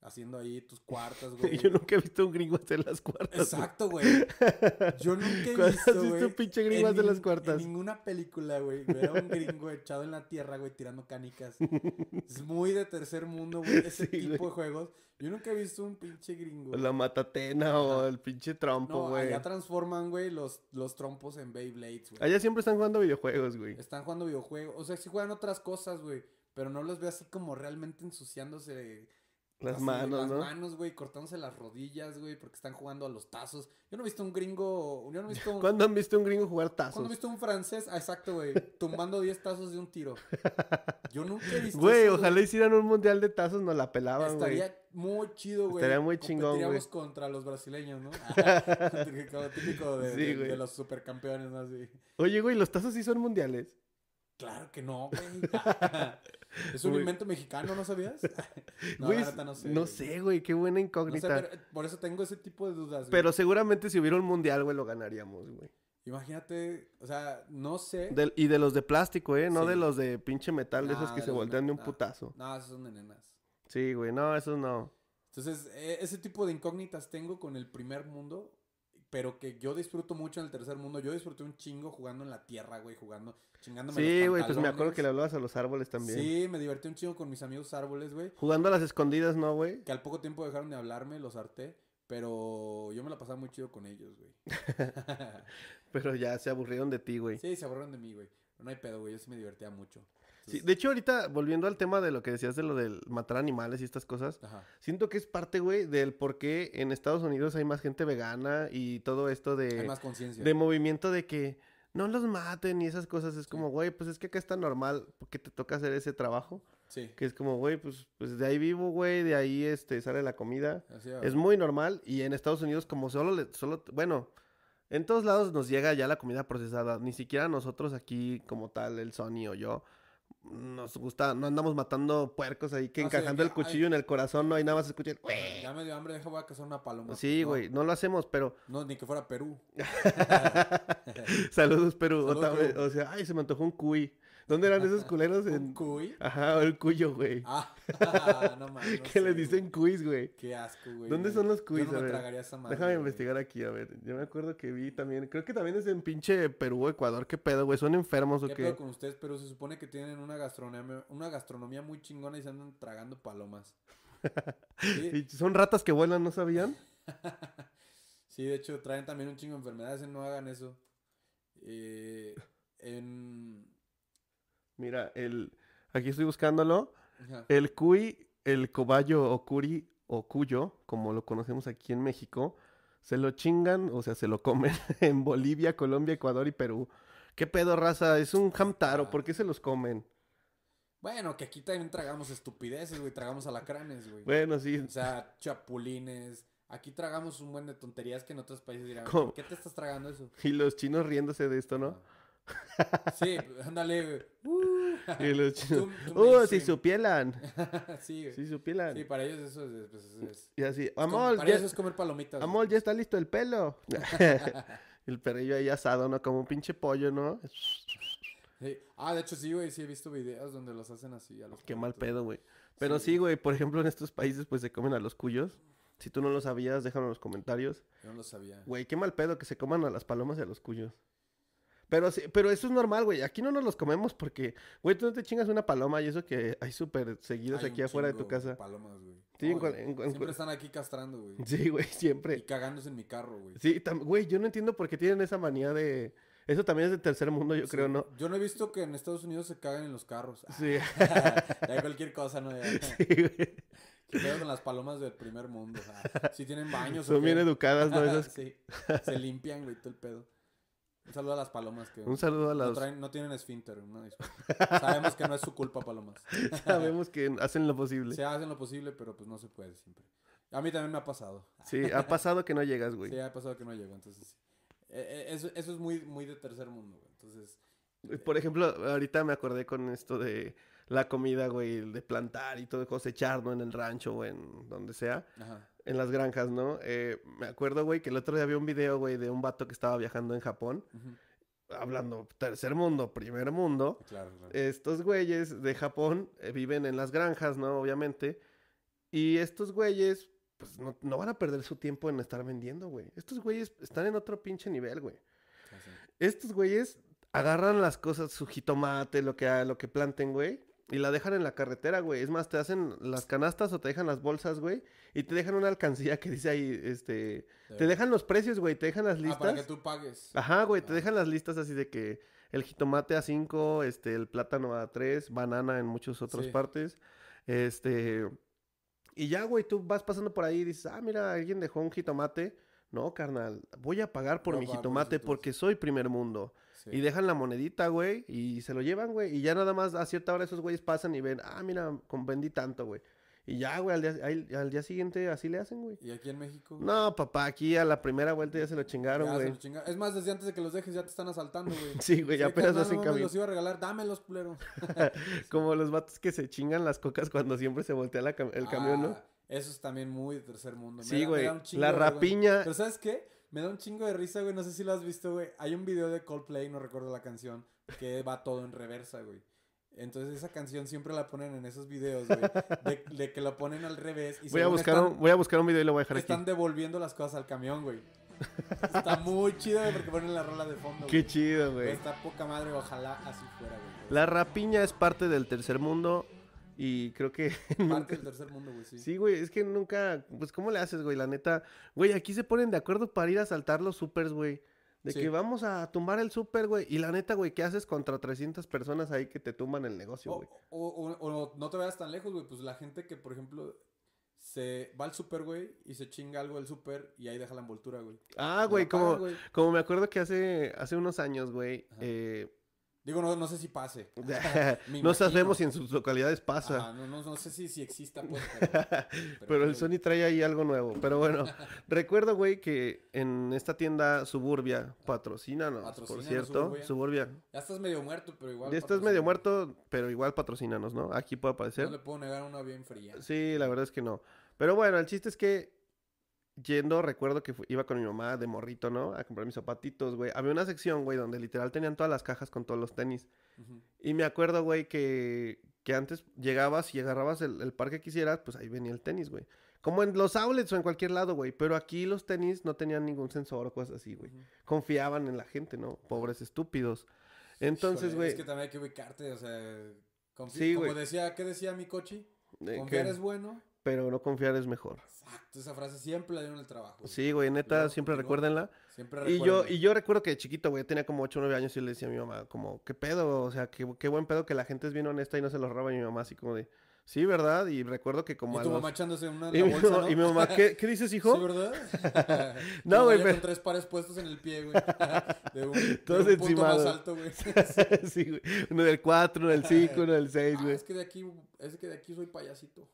B: haciendo ahí tus cuartas, güey.
A: Yo nunca he visto un gringo hacer las cuartas. güey.
B: Exacto, güey. Yo nunca he
A: ¿Cuándo has
B: visto,
A: visto
B: güey,
A: un pinche gringo
B: en
A: hacer las
B: nin-
A: cuartas?
B: En ninguna película, güey. Ver a un gringo echado en la tierra, güey, tirando canicas. Es muy de tercer mundo, güey,
A: Sí,
B: ese
A: güey.
B: tipo de juegos. Yo nunca he visto un pinche gringo.
A: O La matatena o
B: Ajá.
A: el pinche trompo,
B: no,
A: güey.
B: allá
A: allá,
B: transforman, güey, los, los trompos en Beyblades, güey.
A: siempre están jugando videojuegos, güey.
B: Están jugando videojuegos. O sea, sí juegan otras cosas, güey. Pero no los veo así como realmente ensuciándose.
A: Las
B: así,
A: manos,
B: las
A: ¿no?
B: manos, güey, cortándose las rodillas, güey, porque están jugando a los tazos. Yo no he visto un gringo. Yo no he visto un.
A: ¿Cuándo han visto un gringo jugar tazos?
B: ¿Cuándo he visto un francés? Ah, exacto, güey. Tumbando 10 tazos de un tiro. Yo nunca he visto.
A: Güey,
B: eso,
A: ojalá hicieran un mundial de tazos, nos la pelaban, güey.
B: Estaría muy chido, güey.
A: Estaría muy chingón, güey.
B: Competiríamos contra los brasileños, ¿no? Como típico de,
A: Sí,
B: de-
A: güey.
B: de los supercampeones, ¿no? Así.
A: Oye, güey, los tazos sí son mundiales.
B: Claro que no, güey. es un
A: Güey.
B: invento mexicano, ¿no sabías? No,
A: Güey,
B: la neta no sé.
A: No
B: güey.
A: sé, güey, qué buena
B: No sé,
A: incógnita.
B: pero, eh, por eso tengo ese tipo de dudas. güey.
A: pero... seguramente si hubiera un mundial, güey, lo ganaríamos, güey.
B: Imagínate, o sea, no sé.
A: Del- y de los de plástico, ¿eh? No
B: Sí.
A: de los de pinche metal, de
B: Nah,
A: esos que
B: de
A: se
B: los
A: voltean de un
B: nah.
A: putazo.
B: No, esos son de nenas.
A: Sí, güey, no, esos no.
B: Entonces, e- ese tipo de incógnitas tengo con el primer mundo, pero que yo disfruto mucho en el tercer mundo. Yo disfruté un chingo jugando en la tierra, güey, jugando, chingándome
A: Sí,
B: los
A: güey, pues me acuerdo
B: pantalones.
A: que le hablabas a los árboles también.
B: Sí, me divertí un chingo con mis amigos árboles, güey,
A: Jugando a las escondidas, ¿no, güey?
B: que al poco tiempo dejaron de hablarme, los harté, pero yo me la pasaba muy chido con ellos, güey.
A: Pero ya se aburrieron de ti, güey.
B: sí, se aburrieron de mí, güey. pero No hay pedo, güey, yo sí me divertía mucho.
A: Sí, de hecho, ahorita, volviendo al tema de lo que decías de lo del matar animales y estas cosas,
B: Ajá.
A: siento que es parte, güey, del por qué en Estados Unidos hay más gente vegana y todo esto
B: Hay
A: de,
B: más conciencia.
A: eh, de movimiento de que no los maten y esas cosas. Es como, güey, pues es que acá está normal, ¿por qué te toca hacer ese trabajo?
B: Sí.
A: Que es como, güey, pues, pues de ahí vivo, güey, de ahí este, sale la comida.
B: Así va.
A: Es muy normal y en Estados Unidos como solo, le- solo, bueno, en todos lados nos llega ya la comida procesada. Ni siquiera nosotros aquí como tal, el Sony o yo, nos gusta, no andamos matando puercos ahí que
B: Ah, sí,
A: encajando
B: que,
A: el cuchillo
B: ay.
A: en el corazón, no hay nada más escuchar.
B: Ya me dio hambre, deja, voy a cazar una paloma.
A: Sí,
B: No,
A: güey, Eh, no lo hacemos, pero
B: No, ni que fuera Perú.
A: saludos Perú, otra
B: Saludos,
A: vez,
B: Perú.
A: o sea, ay, se me antojó un cuy. ¿Dónde eran esos culeros?
B: ¿Un
A: En...
B: cuy?
A: Ajá, el cuyo, güey.
B: Ah, no mames. no
A: que
B: sé,
A: les
B: güey.
A: dicen quiz, güey.
B: Qué asco, güey.
A: ¿Dónde
B: güey.
A: son los
B: Yo
A: cuis?
B: no
A: A
B: me
A: ver,
B: tragaría esa madre.
A: Déjame
B: güey.
A: investigar aquí, a ver. Yo me acuerdo que vi también. Creo que también es en pinche Perú, Ecuador. ¿Qué pedo, güey? ¿Son enfermos o
B: ¿Qué
A: qué?
B: pedo con ustedes? Pero se supone que tienen una gastronomía, una gastronomía muy chingona y se andan tragando palomas. Sí,
A: ¿Y son ratas que vuelan, ¿no sabían?
B: sí, de hecho traen también un chingo de enfermedades, no hagan eso. Eh, en...
A: Mira, el. Aquí estoy buscándolo.
B: ajá.
A: El cuy, el cobayo o curi o cuyo, como lo conocemos aquí en México, se lo chingan, o sea, se lo comen en Bolivia, Colombia, Ecuador y Perú. ¿Qué pedo, raza? Es un hamtaro, ¿por qué se los comen?
B: Bueno, que aquí también tragamos estupideces, güey, tragamos alacranes, güey.
A: Bueno, sí,
B: O sea, chapulines. Aquí tragamos un buen de tonterías que en otros países dirán,
A: ¿Cómo?
B: ¿por qué te estás tragando eso?
A: y los chinos riéndose de esto, ¿no?
B: Sí, ándale, güey. Uh.
A: Y los chinos,
B: Tú- tú
A: ¡uh, si
B: mainstream".
A: supieran!
B: sí, güey.
A: Si supieran.
B: Sí, para ellos eso es... pues, es- es-
A: Y así,
B: es como-
A: ¡Amol,
B: para
A: ya,
B: ellos es comer palomitas. güey.
A: Amol, ya está listo el pelo! el perrillo ahí asado, ¿no? Como un pinche pollo, ¿no?
B: Sí. Ah, de hecho sí, güey, sí he visto videos donde los hacen así a los
A: Qué mal
B: perritos.
A: pedo, güey. Pero
B: Sí.
A: sí, güey, por ejemplo, en estos países pues se comen a los cuyos. Si tú no lo sabías, déjalo en los comentarios.
B: Yo no lo sabía.
A: Güey, qué mal pedo que se coman a las palomas y a los cuyos. Pero sí, pero eso es normal, güey. Aquí no nos los comemos porque, güey, tú no te chingas una paloma y eso que hay súper seguidos
B: Hay un
A: aquí afuera de
B: chingo
A: tu casa.
B: Palomas, güey.
A: Sí, en
B: No,
A: cual-
B: güey,
A: en cual- en
B: Siempre
A: cual-
B: están aquí castrando, güey.
A: Sí, güey,
B: Y
A: siempre.
B: cagándose en mi carro, güey.
A: Sí, tam- güey, yo no entiendo por qué tienen esa manía de... Eso también es de tercer mundo, yo
B: Sí.
A: creo, ¿no?
B: Yo no he visto que en Estados Unidos se cagan en los carros.
A: Sí,
B: ya cualquier cosa, ¿no? Ya.
A: sí, güey.
B: ¿Qué pedo con las palomas del primer mundo? Si tienen baños. o
A: Son bien
B: qué?
A: educadas, ¿no? Esas-
B: Sí. Se limpian, güey, todo el pedo. Un saludo a las palomas que
A: Un saludo a
B: no,
A: las...
B: traen- no tienen esfínter. una disculpa. Sabemos que no es su culpa, palomas.
A: Sabemos que hacen lo posible.
B: Se hacen lo posible, pero pues no se puede siempre. A mí también me ha pasado.
A: Sí, ha pasado que no llegas, güey.
B: Sí, ha pasado que no llego, entonces. sí. Eh, eh, eso, eso es muy, muy de tercer mundo, güey. Entonces,
A: Eh, Por ejemplo, ahorita me acordé con esto de la comida, güey, el de plantar y todo, cosechar, ¿no? En el rancho o en donde sea,
B: ajá.
A: en las granjas, ¿no? Eh, me acuerdo, güey, que el otro día había un video, güey, de un vato que estaba viajando en Japón,
B: ujú.
A: hablando tercer mundo, primer mundo.
B: Claro, claro.
A: Estos güeyes de Japón eh, viven en las granjas, ¿no? Obviamente. Y estos güeyes, pues no, no van a perder su tiempo en estar vendiendo, güey. Estos güeyes están en otro pinche nivel, güey.
B: Sí, sí.
A: Estos güeyes agarran las cosas, su jitomate, lo que, lo que planten, güey, y la dejan en la carretera, güey. Es más, te hacen las canastas o te dejan las bolsas, güey, y te dejan una alcancía que dice ahí, este...
B: De
A: Te
B: verdad.
A: dejan los precios, güey, te dejan las
B: Eh. Ah, para que
A: listas.
B: tú pagues.
A: Ajá, güey, te
B: Ah.
A: dejan las listas así de que el jitomate a 5, este, el plátano a 3, banana en muchas otras
B: Sí.
A: partes, este... Y ya, güey, tú vas pasando por ahí y dices, ah, mira, alguien dejó un jitomate. No, carnal, voy a pagar por
B: Voy
A: mi
B: a pagar por
A: jitomate
B: eso,
A: porque soy primer mundo.
B: Sí.
A: Y dejan la monedita, güey, y se lo llevan, güey. Y ya nada más a cierta hora esos güeyes pasan y ven, ah, mira, com- vendí tanto, güey. Y ya, güey, al día, ahí- al día siguiente así le hacen, güey.
B: ¿Y aquí en México?
A: No, papá, aquí a la primera vuelta ya se lo
B: Ya
A: chingaron,
B: se
A: güey.
B: los chingaron. Es más, desde antes de que los dejes ya te están asaltando, güey.
A: Sí, güey,
B: Sí,
A: ya apenas
B: carnal,
A: hacen
B: no mames,
A: camino.
B: los iba a regalar, dámelos, culero.
A: Como los vatos que se chingan las cocas cuando siempre se voltea la cam- el camión, ¿no?
B: Ah, Eso es también muy de tercer mundo. Me
A: Sí,
B: da- me
A: güey,
B: da un chingo
A: la
B: de vergüenza.
A: rapiña.
B: Pero ¿sabes qué? Me da un chingo de risa, güey. No sé si lo has visto, güey. Hay un video de Coldplay, no recuerdo la canción, que va todo en reversa, güey. Entonces esa canción siempre la ponen en esos videos, güey. De, de que la ponen al revés. Y
A: Voy a,
B: según
A: buscar
B: están-
A: un, voy a buscar un video y lo voy a dejar aquí.
B: Están devolviendo las cosas al camión, güey. Está muy chido, güey, porque ponen la rola de fondo.
A: Qué
B: güey.
A: chido,
B: Güey,
A: güey.
B: Está poca madre, ojalá así fuera, güey.
A: La rapiña es parte del tercer mundo y creo que
B: Parte del tercer mundo, güey, sí.
A: Sí, güey, es que nunca, pues, ¿cómo le haces, güey? La neta, güey, aquí se ponen de acuerdo para ir a saltar los supers, güey. De
B: Sí.
A: que vamos a tumbar el super, güey. Y la neta, güey, ¿qué haces contra 300 personas ahí que te tumban el negocio,
B: O,
A: güey?
B: o- o- o no te veas tan lejos, güey. Pues la gente que, por ejemplo, se va al super, güey, y se chinga algo del super y ahí deja la envoltura, güey.
A: Ah,
B: No
A: güey,
B: la
A: como,
B: pagan, güey.
A: como me acuerdo que hace, hace unos años, güey,
B: Ajá.
A: eh,
B: Digo, no, no sé si pase. Me
A: no sabemos
B: imagino.
A: si en sus localidades pasa.
B: Ajá, no, no, no sé si, si exista, pues. Pero,
A: Pero el
B: sí, güey.
A: Sony trae ahí algo nuevo. Pero bueno, recuerdo, güey, que en esta tienda Suburbia, patrocínanos, por
B: Patrocínanos,
A: cierto,
B: Suburbia.
A: Suburbia,
B: Ya estás medio muerto, pero igual.
A: Ya estás
B: patrocina.
A: medio muerto, pero igual patrocínanos, ¿no? Aquí puede
B: No
A: aparecer.
B: le puedo negar una bien fría.
A: Sí, la verdad es que no. Pero bueno, el chiste es que yendo, recuerdo que fu- iba con mi mamá de morrito, ¿no? A comprar mis zapatitos, güey. Había una sección, güey, donde literal tenían todas las cajas con todos los tenis.
B: Ujú.
A: Y me acuerdo, güey, que, que antes llegabas y agarrabas el, el par que quisieras, pues ahí venía el tenis, güey. Como en los outlets o en cualquier lado, güey. Pero aquí los tenis no tenían ningún sensor o cosas así, güey.
B: Ujú.
A: Confiaban en la gente, ¿no? Pobres estúpidos. Entonces,
B: Híjole,
A: güey,
B: Es que también hay que ubicarte, o sea. confi-
A: Sí,
B: como
A: güey.
B: decía, ¿qué decía mi coche?
A: eh,
B: Confiar
A: que-
B: es bueno.
A: pero no confiar es mejor.
B: Exacto, esa frase siempre la dieron en el trabajo.
A: Sí, güey, neta,
B: Claro,
A: siempre
B: continúa.
A: recuérdenla.
B: pues, Siempre
A: Y yo,
B: recuérdenla.
A: y yo recuerdo que de chiquito, güey, tenía como 8 o 9 años y le decía a mi mamá, como, qué pedo, o sea, qué, qué buen pedo que la gente es bien honesta y no se los roba. Y mi mamá así como de, sí, ¿verdad? Y recuerdo que como
B: Y
A: a
B: tu
A: los-
B: mamá echándose una en
A: Y
B: la
A: mi,
B: bolsa,
A: mamá-
B: ¿no?
A: y mi mamá, ¿qué, qué dices, hijo?
B: ¿Sí, verdad? Tu
A: No, güey,
B: mamá ya
A: pero-
B: Con tres pares puestos en el pie, güey. De un, de
A: Todos
B: un punto más
A: encimados.
B: alto, güey.
A: sí, güey. Uno del 4, uno del 5, uno del 6,
B: Ah,
A: güey.
B: es que de aquí, es que de aquí soy payasito.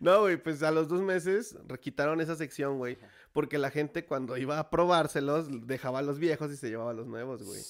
A: No, güey, pues a los dos meses requitaron esa sección, güey. Porque la gente cuando iba a probárselos, dejaba a los viejos y se llevaba a los nuevos, güey.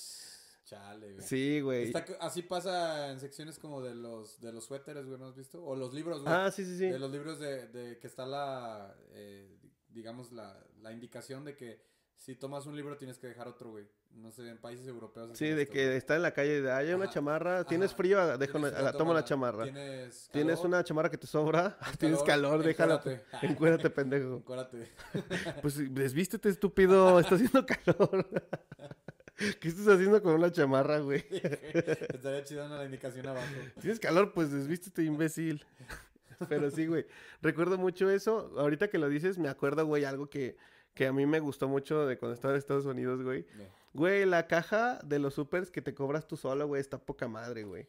B: Chale, güey.
A: Sí, güey.
B: Está que- así pasa en secciones como de los de los suéteres, güey, ¿no has visto? O los libros, güey.
A: Ah, sí, sí, sí.
B: De los libros de, de que está la, eh, digamos, la, la indicación de que si tomas un libro tienes que dejar otro, güey. No sé, en países europeos.
A: Sí,
B: hacen
A: de
B: esto,
A: que
B: güey.
A: está en la calle de, "Ay, hay una
B: Ajá,
A: chamarra, tienes
B: ajá.
A: frío, Ah, deja
B: Tienes
A: una-
B: una,
A: la- toma la
B: tómala.
A: chamarra.
B: Tienes,
A: Tienes
B: calor,
A: una chamarra que te sobra, Ah,
B: tienes
A: tienes calor, déjala.
B: encuérate.
A: Encuérdate, pendejo.
B: Encuérdate.
A: Pues sí, desvístete, estúpido, está haciendo calor. ¿Qué estás haciendo con una chamarra, güey?
B: Estaría chido una la indicación abajo.
A: Tienes calor, pues desvístete, imbécil. Pero sí, güey. Recuerdo mucho eso. Ahorita que lo dices, me acuerdo, güey, algo que, que a mí me gustó mucho de cuando estaba en Estados Unidos, güey. Güey, la caja de los supers que te cobras tú solo, güey, está poca madre, güey.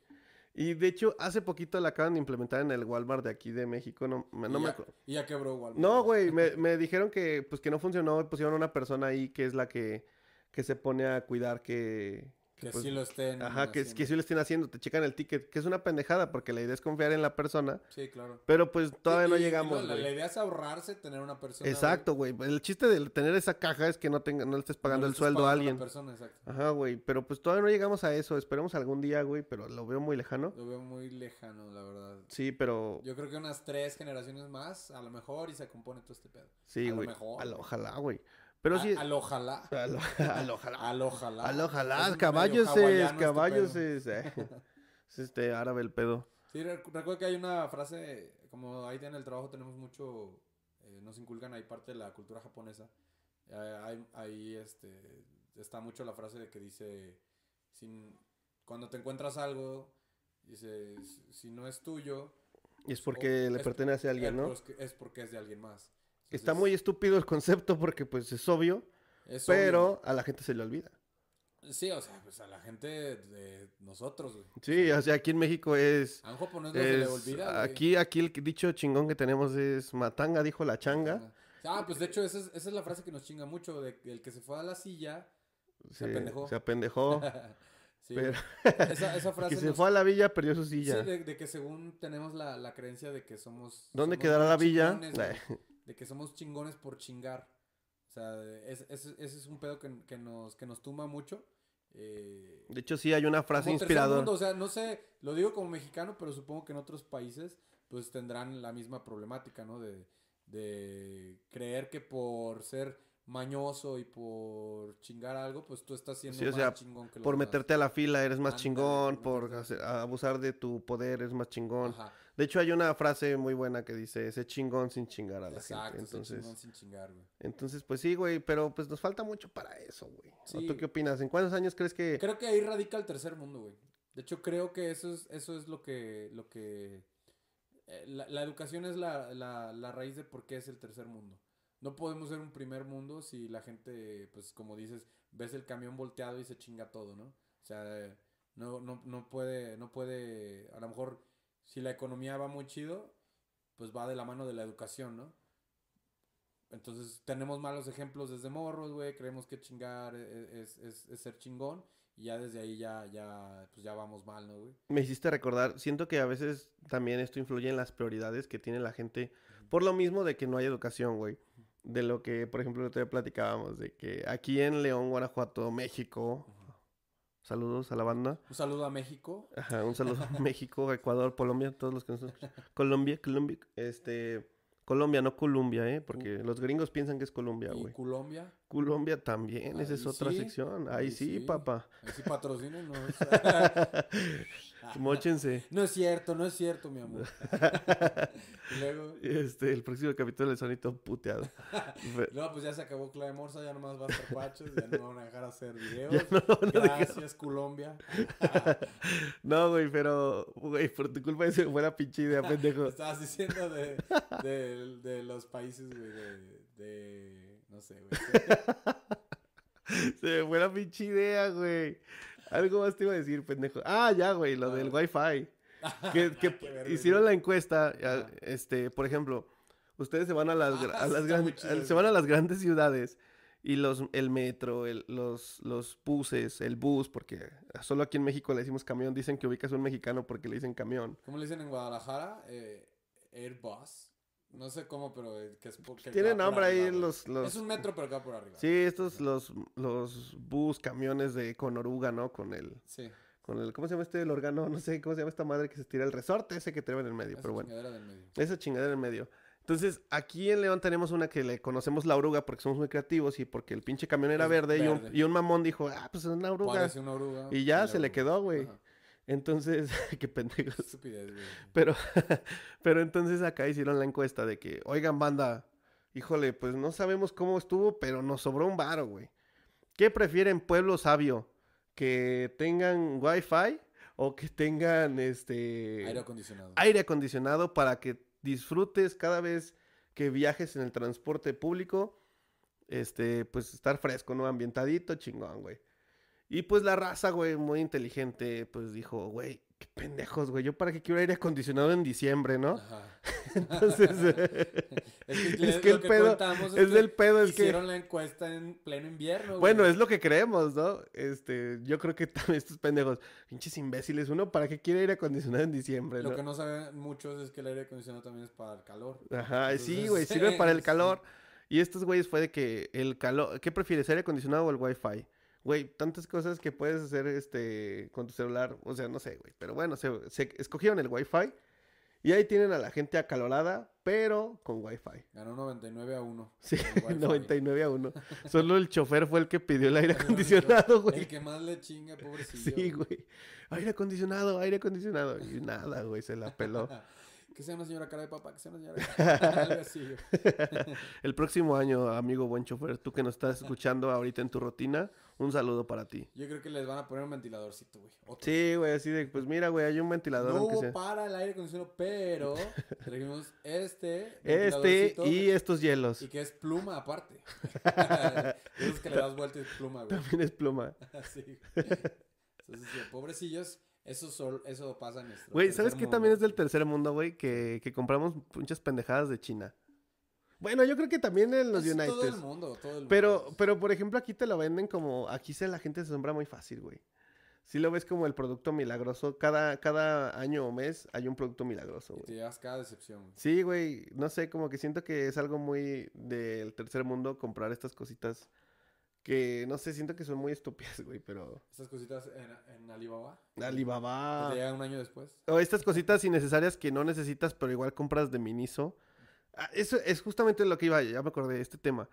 A: Y de hecho, hace poquito la acaban de implementar en el Walmart de aquí de México. No, me- no
B: Y
A: me
B: ya-
A: acuerdo.
B: Y ya quebró Walmart.
A: No, güey, me, me dijeron que pues que no funcionó, pusieron una persona ahí que es la que, que se pone a cuidar que...
B: Que
A: pues,
B: sí lo estén.
A: Ajá, que, que
B: haciendo.
A: sí lo estén haciendo, te checan el ticket, que es una pendejada porque la idea es confiar en la persona,
B: Sí, claro.
A: pero pues todavía
B: Y-
A: no
B: y- y
A: llegamos,
B: la,
A: güey.
B: la idea es ahorrarse tener una persona. güey.
A: Exacto, güey. El chiste de tener esa caja es que no tenga, no le estés pagando
B: No le
A: el
B: estás
A: sueldo a
B: pagando
A: alguien.
B: La persona, exacto.
A: Ajá, güey, pero pues todavía no llegamos a eso, esperemos algún día, güey, pero lo veo muy lejano.
B: Lo veo muy lejano, la verdad.
A: Sí, pero
B: Yo creo que unas tres generaciones más, a lo mejor, y se compone todo este pedo.
A: sí,
B: a lo
A: güey.
B: mejor,
A: Al-
B: güey.
A: Ojalá, güey. Pero
B: A-
A: sí
B: Al ojalá.
A: al- al- ojalá.
B: Al ojalá.
A: Al
B: Es
A: ojalá,
B: medio
A: caballos
B: hawaiano
A: es,
B: este
A: caballos
B: pedo.
A: es. eh. Es este árabe el pedo.
B: Sí, rec- recuerdo que hay una frase, como ahí en el trabajo tenemos mucho, eh, nos inculcan ahí parte de la cultura japonesa. Eh, hay- ahí este, está mucho la frase de que dice, sin, cuando te encuentras algo, dice, "Si- si no es tuyo,
A: Y es porque le
B: Oh, es-
A: pertenece a alguien,
B: eh,
A: ¿no?
B: pues que- es porque es de alguien más.
A: Está
B: Entonces,
A: muy estúpido el concepto porque pues es obvio,
B: es
A: pero a la gente se le olvida.
B: obvio. Sí, o sea, pues a la gente de nosotros, güey.
A: Sí, o sea, aquí en México es...
B: A un japonés no se le
A: es-
B: olvida, güey.
A: aquí, aquí el dicho chingón que tenemos es matanga, dijo la changa.
B: Ah, pues de hecho, esa es, esa es la frase que nos chinga mucho, de que el que se fue a la silla... Se apendejó.
A: Se apendejó.
B: Sí,
A: Pero-
B: güey. esa, esa frase
A: que se
B: nos-
A: fue a la villa, perdió su
B: Sí,
A: silla.
B: de, de que según tenemos la, la creencia de que somos...
A: ¿Dónde
B: somos
A: quedará
B: muy
A: la villa?
B: chingones, güey, De que somos chingones por chingar. O sea, de- es- es- ese es un pedo que, que nos, que nos tumba mucho. Eh,
A: De hecho, sí hay una frase
B: como tercer mundo,
A: inspiradora.
B: o sea, no sé, lo digo como mexicano, pero supongo que en otros países pues tendrán la misma problemática, ¿no? De, de creer que por ser mañoso y por chingar algo, pues tú estás siendo
A: Sí, o
B: más
A: sea,
B: chingón que los Ah,
A: Por
B: demás.
A: meterte a la fila eres más
B: Ándale,
A: chingón,
B: por
A: por
B: meterte.
A: hacer- abusar de tu poder eres más chingón.
B: Ajá.
A: De hecho, hay una frase muy buena que dice, sé chingón sin chingar a la
B: Exacto,
A: gente.
B: ese chingón
A: Entonces,
B: sin chingar, güey.
A: entonces, pues sí, güey, pero pues nos falta mucho para eso, güey. ¿O
B: Sí.
A: ¿Tú qué opinas? ¿En cuántos años crees que...?
B: Creo que ahí radica el tercer mundo, güey. De hecho, creo que eso es, eso es lo que... Lo que eh, la, la educación es la, la, la raíz de por qué es el tercer mundo. No podemos ser un primer mundo si la gente, pues como dices, ves el camión volteado y se chinga todo, ¿no? O sea, eh, no, no, no puede, no puede, a lo mejor si la economía va muy chido, pues va de la mano de la educación, ¿no? Entonces tenemos malos ejemplos desde morros, güey, creemos que chingar e- es, es- es ser chingón y ya desde ahí ya, ya, pues ya vamos mal, ¿no, güey?
A: Me hiciste recordar, siento que a veces también esto influye en las prioridades que tiene la gente, por lo mismo de que no hay educación, güey. De lo que, por ejemplo, te platicábamos, de que aquí en León, Guanajuato, México, saludos a la banda,
B: Un saludo a México.
A: Ajá, un saludo a México, Ecuador, Colombia, todos los que nos escuchan, Colombia, Colombia, este, Colombia, no Colombia, ¿eh? Porque los gringos piensan que es Colombia,
B: Y
A: güey.
B: Colombia.
A: Colombia también, esa es
B: Ahí
A: otra
B: sí,
A: sección. Ahí,
B: ahí
A: sí,
B: sí.
A: papá.
B: Ahí sí patrocinen, no. es-
A: Móchense.
B: no es cierto, no es cierto, mi amor. Y luego,
A: Este, el próximo capítulo del Sonito puteado. Fe-
B: no, pues ya se acabó Clave Morsa, ya nomás va a estar Cuaches, ya no van a dejar hacer videos.
A: Ya no van a dejar.
B: Gracias, Colombia.
A: No, güey, pero, güey, por tu culpa ese fue la pinche idea, pendejo.
B: Estabas diciendo de, de, de los países, güey, de, de- No sé, güey.
A: Se me fue la pinche idea, güey. Algo más te iba a decir, pendejo. Ah, ya, güey, lo
B: Ah.
A: del Wi-Fi. Que, que
B: qué verga,
A: hicieron
B: sí.
A: la encuesta, ya,
B: Ajá.
A: este, por ejemplo, ustedes se van a las, gra-
B: Ah,
A: a
B: eso
A: las
B: está muy
A: gran-
B: chido,
A: se van a las grandes ciudades y los, el metro, el- los, los buses, el bus, porque solo aquí en México le decimos camión, dicen que ubicas a un mexicano porque le dicen camión.
B: ¿Cómo le dicen en Guadalajara? Eh, Airbus. No sé cómo, pero eh, que es por- que va
A: Tienen
B: por
A: nombre ahí
B: arriba, güey.
A: los, los...
B: Es un metro, pero acá por arriba.
A: Sí, estos los, los bus, camiones de con oruga, ¿no? Con el,
B: Sí.
A: con el, ¿cómo se llama este? El órgano, no sé, ¿cómo se llama esta madre que se tira el resorte ese que trae en el medio?
B: esa
A: Pero bueno,
B: chingadera del medio.
A: esa chingadera en el medio. Entonces, aquí en León tenemos una que le conocemos la oruga porque somos muy creativos y porque el pinche camión era
B: Es
A: verde, Y, un,
B: verde.
A: y un mamón dijo, ah, pues es una oruga.
B: Parece una oruga.
A: Y ya se le
B: luego-
A: quedó, güey.
B: Ajá.
A: Entonces, qué pendejos.
B: Estupidez, güey.
A: Pero, pero entonces acá hicieron la encuesta de que, oigan, banda, híjole, pues no sabemos cómo estuvo, pero nos sobró un varo, güey. ¿Qué prefieren pueblo sabio? ¿Que tengan wifi o que tengan este
B: Aire acondicionado.
A: aire acondicionado para que disfrutes cada vez que viajes en el transporte público? Este, pues estar fresco, ¿no? Ambientadito, chingón, güey. Y pues la raza, güey, muy inteligente, pues dijo, güey, qué pendejos, güey, yo para qué quiero aire acondicionado en diciembre, ¿no?
B: Ajá.
A: Entonces, eh,
B: Es
A: Es que
B: lo
A: el pedo-
B: contamos
A: es del pedo, es que-
B: Hicieron la encuesta en pleno invierno, güey.
A: bueno, es lo que creemos, ¿no? Este, yo creo que también estos pendejos, pinches imbéciles, uno para qué quiere aire acondicionado en diciembre,
B: Lo
A: ¿no?
B: que no saben muchos es que el aire acondicionado también es para el calor.
A: Ajá, sí,
B: Entonces,
A: güey, sirve para el
B: sí.
A: calor. Y estos güeyes fue de que el calor, ¿qué prefieres, aire acondicionado o el wifi? Güey, tantas cosas que puedes hacer este con tu celular, o sea, no sé, güey, pero bueno, se, se escogieron el wifi y ahí tienen a la gente acalorada, pero con wifi.
B: Ganó 99 a 1.
A: Sí,
B: el wifi.
A: 99 a 1. Solo el chofer fue el que pidió el aire acondicionado, güey.
B: El que más le chinga, pobrecillo.
A: Sí, güey. Aire acondicionado, aire acondicionado. Y nada, güey, se la peló.
B: Que sea una señora cara de papá, que sea una señora cara de papá. Algo así, güey.
A: El próximo año, amigo buen chofer, tú que nos estás escuchando ahorita en tu rutina, un saludo para ti.
B: Yo creo que les van a poner un ventiladorcito, güey. Otro.
A: Sí, güey, así de, pues mira, güey, hay un ventilador
B: No
A: aunque
B: hubo
A: sea.
B: para el aire acondicionado, pero trajimos este.
A: Este
B: ventiladorcito
A: y estos hielos.
B: Y que es pluma aparte. Esos que le das vuelta y es pluma, güey.
A: También es pluma.
B: Así, güey. Entonces, sí, pobrecillos, eso, sol- eso pasa en nuestro.
A: Güey, ¿sabes
B: tercer
A: qué
B: mundo.
A: también es del tercer mundo, güey? Que, que compramos muchas pendejadas de China. Pues, Bueno, yo creo que también en los
B: Es Todo
A: United.
B: el mundo, todo el mundo.
A: Pero, pero por ejemplo, aquí te lo venden como. Aquí se la gente se asombra muy fácil, güey. Si lo ves como el producto milagroso, cada, cada año o mes hay un producto milagroso,
B: Y te
A: güey.
B: llevas cada decepción. güey.
A: Sí, güey, no sé, como que siento que es algo muy del tercer mundo comprar estas cositas que, no sé, siento que son muy estúpidas, güey, pero
B: Estas cositas en, en Alibaba. que
A: Alibaba.
B: Te llegan un año después.
A: O estas cositas innecesarias que no necesitas, pero igual compras de Miniso. Ah, eso es justamente lo que iba, ya me acordé de este tema.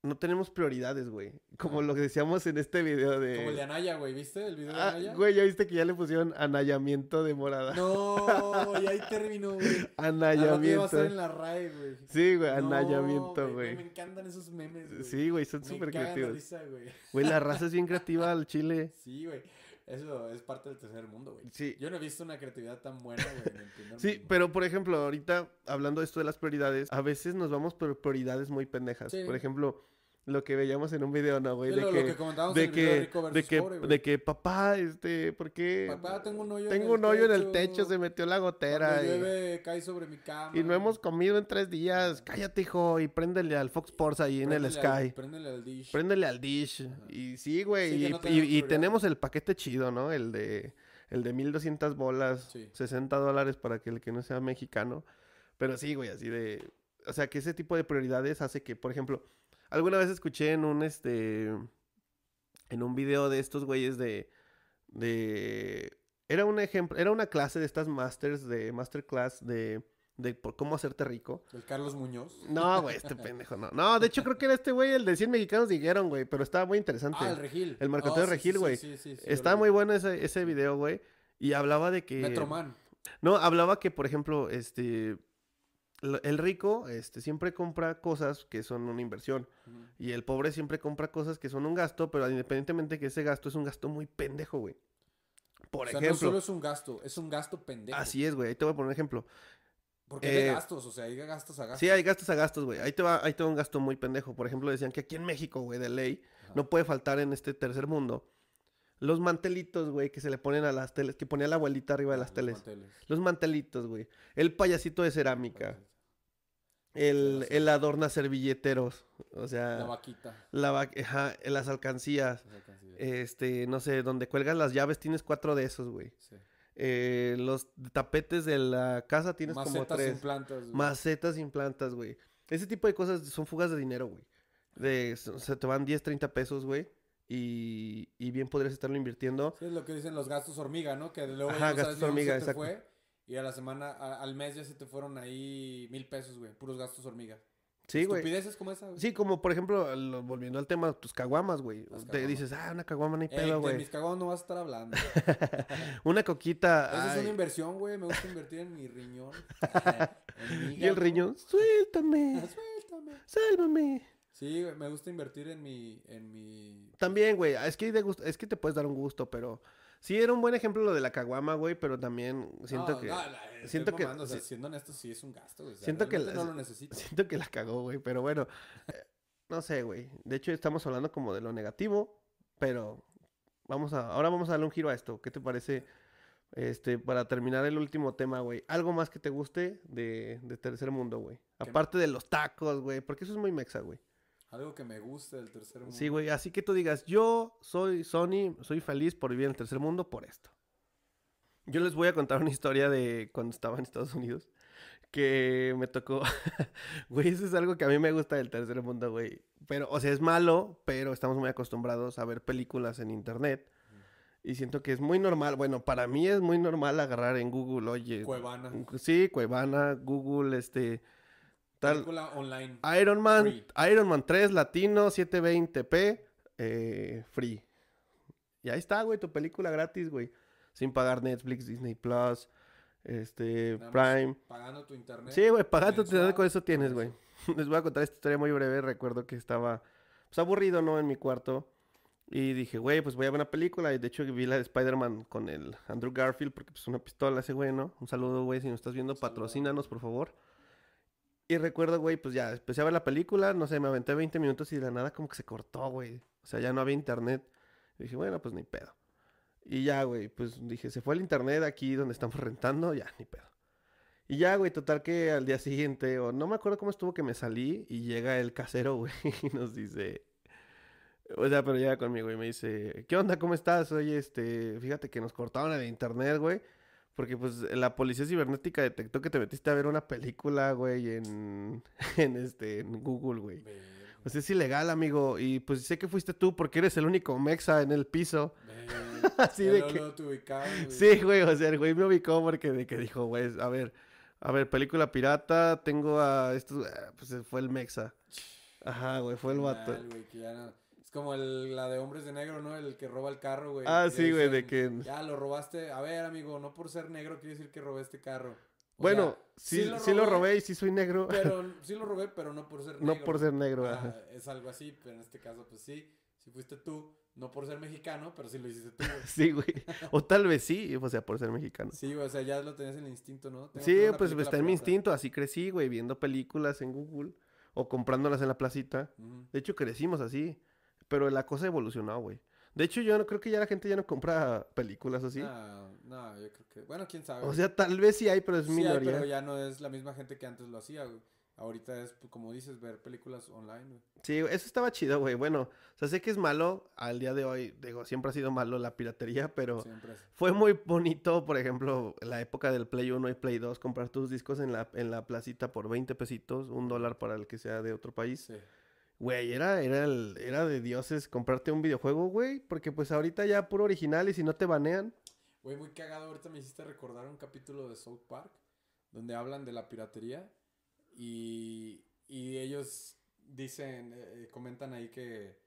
A: No tenemos prioridades, güey. Como
B: Ah.
A: lo que decíamos en este video de...
B: Como el de Anaya, güey. ¿Viste el video de
A: Ah,
B: Anaya?
A: güey, ya viste que ya le pusieron anallamiento de morada.
B: No, y ahí terminó, güey. Al rato iba a
A: Anallamiento.
B: estar en la RAE, güey.
A: Sí, güey,
B: No,
A: anallamiento,
B: güey,
A: güey.
B: Me encantan esos memes, güey.
A: Sí, güey, son
B: Me
A: súper
B: cagan de
A: creativos.
B: risa, güey.
A: Güey, la raza es bien creativa al chile.
B: Sí, güey. Eso es parte del tercer mundo, güey.
A: Sí.
B: Yo no he visto una creatividad tan buena, güey. en el primer
A: Sí, pues,
B: mundo.
A: pero por ejemplo, ahorita hablando de esto de las prioridades, a veces nos vamos por prioridades muy pendejas.
B: Sí.
A: Por ejemplo, lo que veíamos en un video, ¿no, güey?
B: Sí,
A: De
B: lo,
A: que,
B: lo que comentábamos en
A: de
B: el video de
A: que,
B: rico
A: de
B: versus
A: que,
B: pobre, güey.
A: de que, papá, este, ¿por qué?
B: Papá, tengo un hoyo
A: Tengo
B: en el
A: un hoyo
B: techo.
A: en el techo, se metió la gotera
B: Cuando
A: y,
B: llueve, cae sobre mi cama.
A: y no hemos comido en tres días. Cállate, hijo, y préndele al Fox Sports ahí en el
B: Préndele al-
A: Sky.
B: Préndele al dish.
A: Préndele al dish. Y sí, güey.
B: Sí, que
A: y-
B: no
A: y-
B: tenemos
A: y,
B: prioridad.
A: tenemos el paquete chido, ¿no? El de, el de 1200 bolas,
B: Sí.
A: 60 dólares para que el que no sea mexicano. Pero sí, güey, así de. O sea, que ese tipo de prioridades hace que, por ejemplo, alguna vez escuché en un este. En un video de estos güeyes de. de. Era un ejemplo. Era una clase de estas masters de. Masterclass de de por cómo hacerte rico.
B: El Carlos Muñoz.
A: No, güey, este pendejo, no. No, de hecho creo que era este güey, el de 100 mexicanos dijeron, güey, pero estaba muy interesante.
B: Ah, el Regil.
A: El marcateo de
B: sí,
A: Regil,
B: sí,
A: güey.
B: sí, sí, sí, yo
A: estaba
B: lo
A: muy
B: vi.
A: bueno ese, ese video, güey. Y hablaba de que...
B: Metroman.
A: No, hablaba que, por ejemplo, este... lo- El rico este, siempre compra cosas que son una inversión.
B: Ujú.
A: Y el pobre siempre compra cosas que son un gasto, pero independientemente que ese gasto es un gasto muy pendejo, güey. Por
B: o sea,
A: ejemplo.
B: no solo es un gasto, es un gasto pendejo.
A: Así es, güey. Ahí te voy a poner un ejemplo.
B: Porque hay de
A: Eh,
B: gastos, o sea, hay de gastos a gastos.
A: Sí, hay gastos a gastos, güey. Ahí te va, ahí te va un gasto muy pendejo. Por ejemplo, decían que aquí en México, güey, de ley,
B: Ajá.
A: no puede faltar en este tercer mundo los mantelitos, güey, que se le ponen a las teles, que ponía la abuelita arriba de las
B: Los
A: teles.
B: manteles.
A: Los mantelitos, güey. El payasito de cerámica. El,
B: Payasito.
A: el adorna servilleteros. O sea,
B: La
A: la
B: vaquita.
A: va- ajá, las alcancías.
B: las alcancillas,
A: Este, no sé, donde cuelgas las llaves tienes cuatro de esos, güey.
B: sí.
A: Eh, los tapetes de la casa tienes como
B: Macetas
A: tres.
B: sin plantas. güey.
A: Macetas sin plantas, güey. Ese tipo de cosas son fugas de dinero, güey. De, se se te van 10, 30 pesos, güey. Y, y bien podrías estarlo invirtiendo.
B: Sí, es lo que dicen los gastos hormiga, ¿no? Que luego
A: Ajá,
B: ya no sabes
A: gastos
B: ni dónde
A: hormiga,
B: se te
A: exacto.
B: fue, y a la semana, a- al mes ya se te fueron ahí mil pesos, güey. Puros gastos hormiga.
A: Sí, güey.
B: Estupideces como esa, güey.
A: Sí, como por ejemplo, lo- volviendo al tema, tus caguamas, güey.
B: Las
A: Te
B: caguamas.
A: dices, ah, una caguama no hay
B: Ey,
A: pedo,
B: de
A: güey.
B: mis cagados no vas a estar hablando.
A: Una coquita.
B: Esa es
A: ay.
B: una inversión, güey. Me gusta invertir en mi riñón. en
A: Y
B: mi
A: el
B: hígado.
A: riñón, suéltame,
B: Suéltame.
A: sálvame.
B: Sí, güey, me gusta invertir en mi, en mi...
A: También, güey, es que, hay de gust- es que te puedes dar un gusto, pero sí era un buen ejemplo lo de la caguama, güey, pero también siento
B: No,
A: que...
B: no, la- estoy
A: siento que-
B: mamando, o sea,
A: si-
B: siendo honesto, sí es un gasto, güey. O sea,
A: siento que
B: realmente
A: la-
B: no lo necesito.
A: Siento que la cagó, güey, pero bueno. eh, No sé, güey. De hecho, estamos hablando como de lo negativo, pero vamos a, ahora vamos a darle un giro a esto. ¿Qué te parece? Este, para terminar el último tema, güey. Algo más que te guste de, de Tercer Mundo, güey.
B: ¿Qué?
A: Aparte de los tacos, güey. Porque eso es muy mexa, güey.
B: Algo que me gusta del tercer mundo.
A: Sí, güey. Así que tú digas, yo soy Sony, soy feliz por vivir en el Tercer Mundo por esto. Yo les voy a contar una historia de cuando estaba en Estados Unidos. Que me tocó. Güey, eso es algo que a mí me gusta del tercer mundo, güey. Pero, o sea, es malo, pero estamos muy acostumbrados a ver películas en internet. Y siento que es muy normal. Bueno, para mí es muy normal agarrar en Google, oye.
B: Cuevana.
A: Sí, Cuevana, Google, este. Tal.
B: Película online.
A: Iron Man,
B: Free.
A: Iron Man 3 Latino 720p eh, free. Y ahí está, güey, tu película gratis, güey. Sin pagar Netflix, Disney Plus, este,
B: Nada más
A: Prime.
B: Pagando tu internet.
A: Sí, güey, pagando tu
B: mensual,
A: dinero con eso tienes,
B: eso.
A: güey. Les voy a contar esta historia muy breve. Recuerdo que estaba pues, aburrido, ¿no? En mi cuarto. Y dije, güey, pues voy a ver una película. Y de hecho vi la de Spider-Man con el Andrew Garfield, porque pues una pistola ese güey, ¿no? Un saludo, güey, si nos estás viendo,
B: Un saludo.
A: patrocínanos, por favor. Y recuerdo, güey, pues ya empecé a ver la película, no sé, me aventé 20 minutos y de la nada como que se cortó, güey. O sea, ya no había internet. Y dije, bueno, pues ni pedo. Y ya, güey, pues dije, se fue el internet aquí donde estamos rentando, ya, ni pedo. Y ya, güey, total que al día siguiente, o no me acuerdo cómo estuvo que me salí y llega el casero, güey, y nos dice, o sea, pero llega conmigo y me dice, ¿qué onda? ¿Cómo estás? Oye, este, fíjate que nos cortaron el internet, güey, porque pues la policía cibernética detectó que te metiste a ver una película, güey, en, en este, en Google, güey.
B: Verga,
A: Pues es ilegal, amigo, y pues sé que fuiste tú porque eres el único mexa en el piso.
B: verga.
A: Así
B: Ya
A: de
B: luego,
A: que-
B: luego te ubicaron, güey.
A: Sí, güey, o sea, el güey me ubicó porque de que dijo, güey, a ver, a ver, película pirata, tengo a estos, ah, pues fue el Mexa. Ajá, güey, fue el vato.
B: Mal, güey, que ya no- Es como el- la de Hombres de Negro, ¿no? El que roba el carro, güey.
A: Ah,
B: Le
A: sí, güey, de
B: dicen,
A: que-
B: Ya lo robaste. A ver, amigo, no por ser negro quiere decir que robé este carro. O
A: Bueno,
B: sea,
A: sí, sí, lo robé y sí soy negro,
B: Pero sí lo robé, pero no por ser negro.
A: no por ser negro,
B: Ah,
A: ajá.
B: es algo así, pero en este caso, pues sí. Si fuiste tú, no por ser mexicano, pero sí lo hiciste tú, güey.
A: Sí, güey. O tal vez sí, o sea, por ser mexicano.
B: Sí, güey, o sea, ya lo tenías en el instinto, ¿no? Tengo que
A: Sí,
B: ver una
A: pues
B: película
A: está en mi
B: pirata.
A: instinto, así crecí, güey, viendo películas en Google o comprándolas en la placita.
B: Ujú.
A: De hecho, crecimos así, pero la cosa evolucionó, güey. De hecho, yo no creo que ya la gente ya no compra películas así.
B: No, no, yo creo que. Bueno, quién sabe.
A: O
B: güey.
A: sea, tal vez sí hay, pero es
B: Sí hay,
A: minoría.
B: pero ya no es la misma gente que antes lo hacía, güey. Ahorita es, pues, como dices, ver películas online, güey.
A: Sí, güey, eso estaba chido, güey. Bueno, o sea, sé que es malo al día de hoy. Digo, siempre ha sido malo la piratería, pero
B: Siempre es.
A: fue muy bonito, por ejemplo, la época del Play 1 y Play 2, comprar tus discos en la, en la placita por 20 pesitos, un dólar para el que sea de otro país.
B: Sí.
A: Güey, era, era, el- era de dioses comprarte un videojuego, güey, porque pues ahorita ya puro original y si no te banean.
B: Güey, muy cagado. Ahorita me hiciste recordar un capítulo de South Park donde hablan de la piratería y, y ellos dicen, eh, comentan ahí que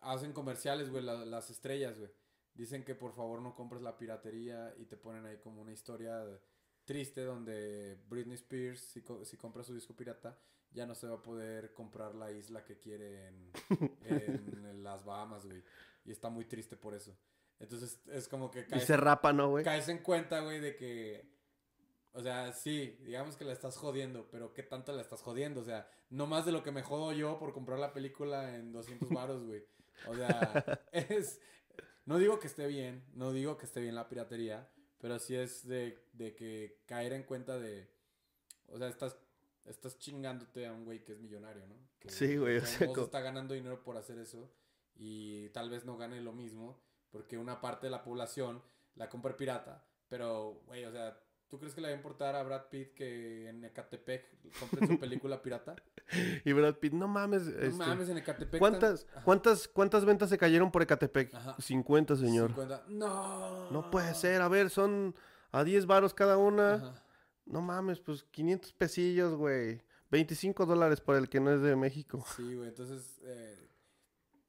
B: hacen comerciales, güey, la- las estrellas, güey. Dicen que por favor no compres la piratería y te ponen ahí como una historia de- triste donde Britney Spears, si, co- si compra su disco pirata, ya no se va a poder comprar la isla que quiere en, en las Bahamas, güey. Y está muy triste por eso. Entonces es como que
A: Y
B: caes,
A: se rapa, ¿no, güey?
B: caes en cuenta, güey, de que... O sea, sí, digamos que la estás jodiendo, pero ¿qué tanto la estás jodiendo? O sea, no más de lo que me jodo yo por comprar la película en 200 varos, güey. O sea, es... No digo que esté bien, no digo que esté bien la piratería, pero sí es de, de que caer en cuenta de... O sea, estás, estás chingándote a un güey que es millonario, ¿no? Que-
A: Sí, güey, o
B: que
A: sea,
B: vos
A: co-
B: está ganando dinero por hacer eso y tal vez no gane lo mismo porque una parte de la población la compra pirata, pero, güey, o sea, ¿tú crees que le va a importar a Brad Pitt que en Ecatepec compren su película pirata?
A: Y Brad Pitt, no mames.
B: No
A: este,
B: mames, en Ecatepec. tan-
A: ¿Cuántas,
B: Ajá,
A: cuántas, ¿Cuántas ventas se cayeron por Ecatepec?
B: Ajá.
A: 50, señor.
B: 50. No.
A: No puede ser. A ver, son a 10 varos cada una.
B: Ah. Ajá.
A: No mames, pues 500 pesillos, güey. 25 dólares para el que no es de México.
B: Sí, güey, entonces, eh,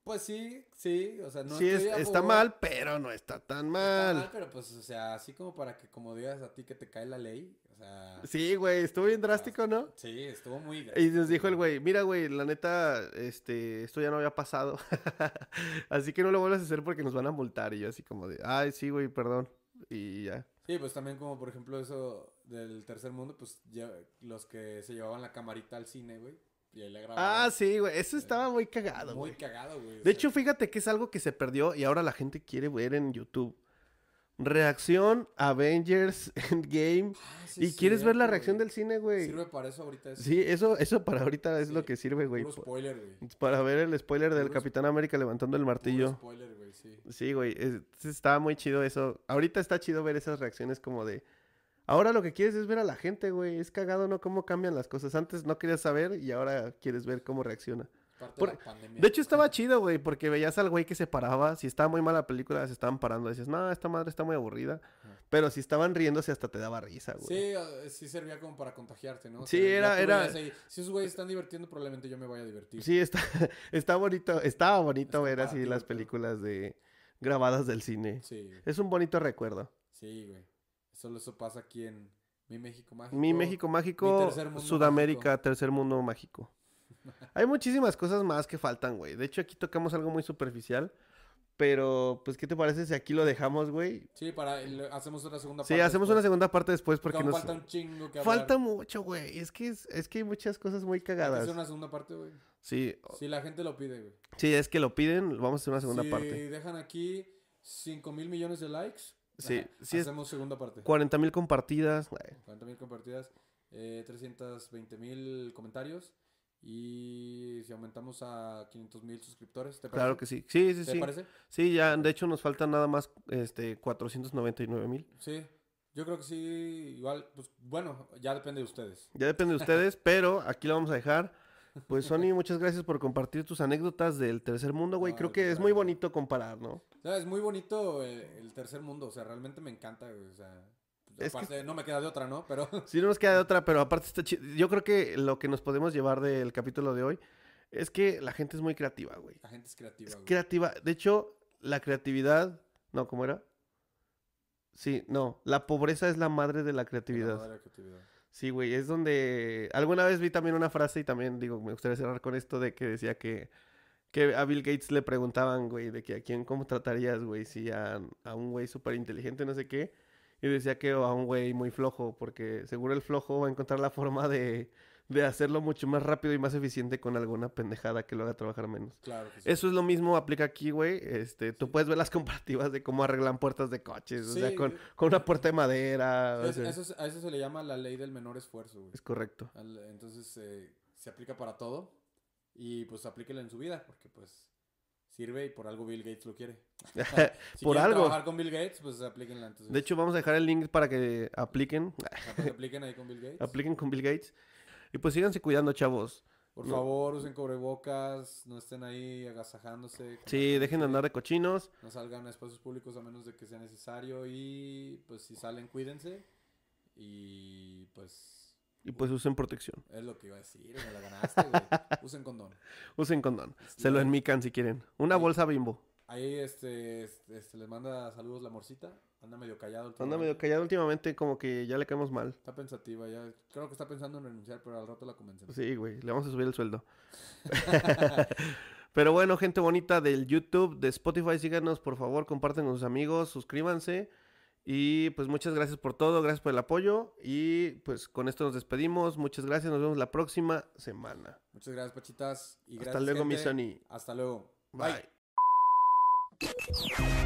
B: pues sí, sí, o sea, no
A: sí, es-
B: estoy a
A: está
B: favor,
A: mal, pero no está tan
B: Está
A: mal.
B: mal, pero pues, o sea, así como para que, como digas a ti que te cae la ley, o sea,
A: Sí, güey, estuvo bien drástico, ¿no?
B: sí, estuvo muy...
A: Y nos dijo el güey, mira, güey, la neta, este, esto ya no había pasado. así que no lo vuelvas a hacer porque nos van a multar. Y yo así como de, ay, sí, güey, perdón. Y ya.
B: Sí, pues también como por ejemplo eso del tercer mundo, pues ya- los que se llevaban la camarita al cine, güey, y ahí la grababan.
A: Ah, sí, güey, eso estaba muy cagado,
B: Muy
A: güey.
B: cagado, güey. o
A: De
B: sea,
A: hecho, fíjate que es algo que se perdió y ahora la gente quiere ver en YouTube. Reacción Avengers Endgame.
B: ah, sí
A: ¿Y
B: es
A: quieres ver la
B: cierto,
A: reacción
B: güey.
A: del cine, güey?
B: Sirve para eso ahorita. Es
A: Sí, eso, eso para ahorita es
B: Sí,
A: lo que sirve, güey.
B: puro
A: pa-
B: spoiler, güey. Puro
A: Para ver el spoiler del
B: Puro sp-
A: Capitán América levantando el martillo.
B: spoiler, güey, sí.
A: Sí, güey, es- está muy chido eso. Ahorita está chido ver esas reacciones como de... Ahora lo que quieres es ver a la gente, güey. Es cagado, ¿no? Cómo cambian las cosas. Antes no querías saber y ahora quieres ver cómo reacciona.
B: Parte
A: Por-
B: de la pandemia.
A: De hecho, estaba chido, güey, porque veías al güey que se paraba. Si estaba muy mala la película, se estaban parando. Decías, no, esta madre está muy aburrida.
B: Ajá.
A: Pero si estaban riéndose, hasta te daba risa, güey.
B: Sí, eh, sí servía como para contagiarte, ¿no? O
A: Sí,
B: sea, ya
A: era-
B: tú
A: era-
B: veías ahí, si esos güeyes están divirtiendo, probablemente yo me vaya a divertir.
A: Sí, está, está bonito, estaba bonito
B: Es
A: ver así
B: comparativo,
A: las
B: pero-
A: películas de grabadas del cine.
B: Sí, güey.
A: Es un bonito recuerdo.
B: sí, güey. Solo eso pasa aquí en mi México mágico.
A: Mi México
B: Mi
A: mágico,
B: tercer mundo
A: Sudamérica,
B: mágico.
A: tercer mundo mágico. Hay muchísimas cosas más que faltan, güey. De hecho, aquí tocamos algo muy superficial. Pero, pues, ¿qué te parece si aquí lo dejamos, güey?
B: Sí, para le- hacemos una segunda
A: Sí,
B: parte
A: hacemos
B: después.
A: una segunda parte después porque
B: Aún
A: nos...
B: falta un chingo que hablar.
A: Falta mucho, güey. Es que, es, es que hay muchas cosas muy
B: Hay que
A: cagadas.
B: hacer una segunda parte, güey.
A: Sí,
B: Si la gente lo pide, güey.
A: sí, es que lo piden. Vamos a hacer Oh. una segunda
B: si
A: parte.
B: dejan aquí 5 mil millones de likes,
A: Sí,
B: ajá,
A: sí es-
B: hacemos segunda parte.
A: 40 mil compartidas. güey.
B: 40 mil compartidas, eh, 320 mil comentarios. Y si aumentamos a 500 mil suscriptores, ¿te parece?
A: Claro que sí. Sí, sí,
B: ¿Te
A: sí.
B: parece?
A: Sí, ya, de hecho nos faltan nada más este 499 mil.
B: Sí. Yo creo que sí, igual, pues bueno, ya depende de ustedes.
A: Ya depende de ustedes, pero aquí lo vamos a dejar. Pues Sony, muchas gracias por compartir tus anécdotas del tercer mundo, güey.
B: No,
A: Creo
B: al
A: que es muy
B: contrario.
A: bonito comparar, ¿no?
B: O sea, es muy bonito el, el tercer mundo, o sea, realmente me encanta, güey, o sea, pues,
A: Es que-
B: aparte, no me queda de otra, ¿no? Pero...
A: Si no nos queda de otra, pero aparte está chido. Yo creo que lo que nos podemos llevar del capítulo de hoy es que la gente es muy creativa, güey.
B: La gente es creativa,
A: Es
B: güey.
A: creativa. De hecho, la creatividad. No, ¿cómo era? Sí, no. La pobreza es la madre de la
B: Pero
A: creatividad.
B: no de la creatividad.
A: Sí, güey. Es donde. Alguna vez vi también una frase y también digo, me gustaría cerrar con esto de que decía que. Que a Bill Gates le preguntaban, güey, de que a quién contratarías, güey, si a, a un güey súper inteligente, no sé qué. Y decía que a un güey muy flojo, porque seguro el flojo va a encontrar la forma de, de hacerlo mucho más rápido y más eficiente con alguna pendejada que lo haga trabajar menos.
B: Claro que sí.
A: Eso es lo mismo, aplica aquí, güey. Este, tú puedes ver las comparativas de cómo arreglan puertas de coches, o sea,
B: Sí,
A: con,
B: güey.
A: con una puerta de madera. o
B: Es-
A: sea,
B: eso se- a eso se le llama la ley del menor esfuerzo, güey.
A: Es correcto.
B: Al- Entonces eh, se aplica para todo y pues aplíquela en su vida porque pues sirve y por algo Bill Gates lo quiere. Si
A: Por
B: quieren
A: algo.
B: trabajar con Bill Gates, pues aplíquenla. Entonces,
A: De hecho, vamos a dejar el link para que apliquen,
B: ah, pues, apliquen ahí con Bill Gates.
A: apliquen con Bill Gates. Y pues síganse cuidando, chavos.
B: por
A: no.
B: favor, usen cobrebocas, no estén ahí agasajándose. con
A: Sí, dejen
B: la
A: de
B: gente,
A: andar de cochinos.
B: No salgan a espacios públicos a menos de que sea necesario y pues si salen, cuídense. Y Y pues
A: Y pues usen protección.
B: es lo que iba a decir, me la ganaste, güey. Usen condón.
A: Usen condón. Se
B: Sí.
A: lo enmican si quieren. Una
B: Sí.
A: bolsa bimbo.
B: Ahí este, este, este, les manda saludos la morcita. Anda medio callado.
A: Anda
B: últimamente.
A: medio callado últimamente, como que ya le caemos mal.
B: Está pensativa ya. Creo que está pensando en renunciar, pero al rato la convencemos.
A: Sí, güey, le vamos a subir el sueldo. Pero bueno, gente bonita del YouTube, de Spotify, síganos por favor, comparten con sus amigos, suscríbanse. Y pues muchas gracias por todo, gracias por el apoyo. Y pues con esto nos despedimos. Muchas gracias, nos vemos la próxima semana.
B: Muchas gracias, Pachitas. Y
A: Hasta
B: gracias,
A: luego, mi
B: gente.
A: Sony.
B: Hasta luego.
A: Bye.
B: Bye.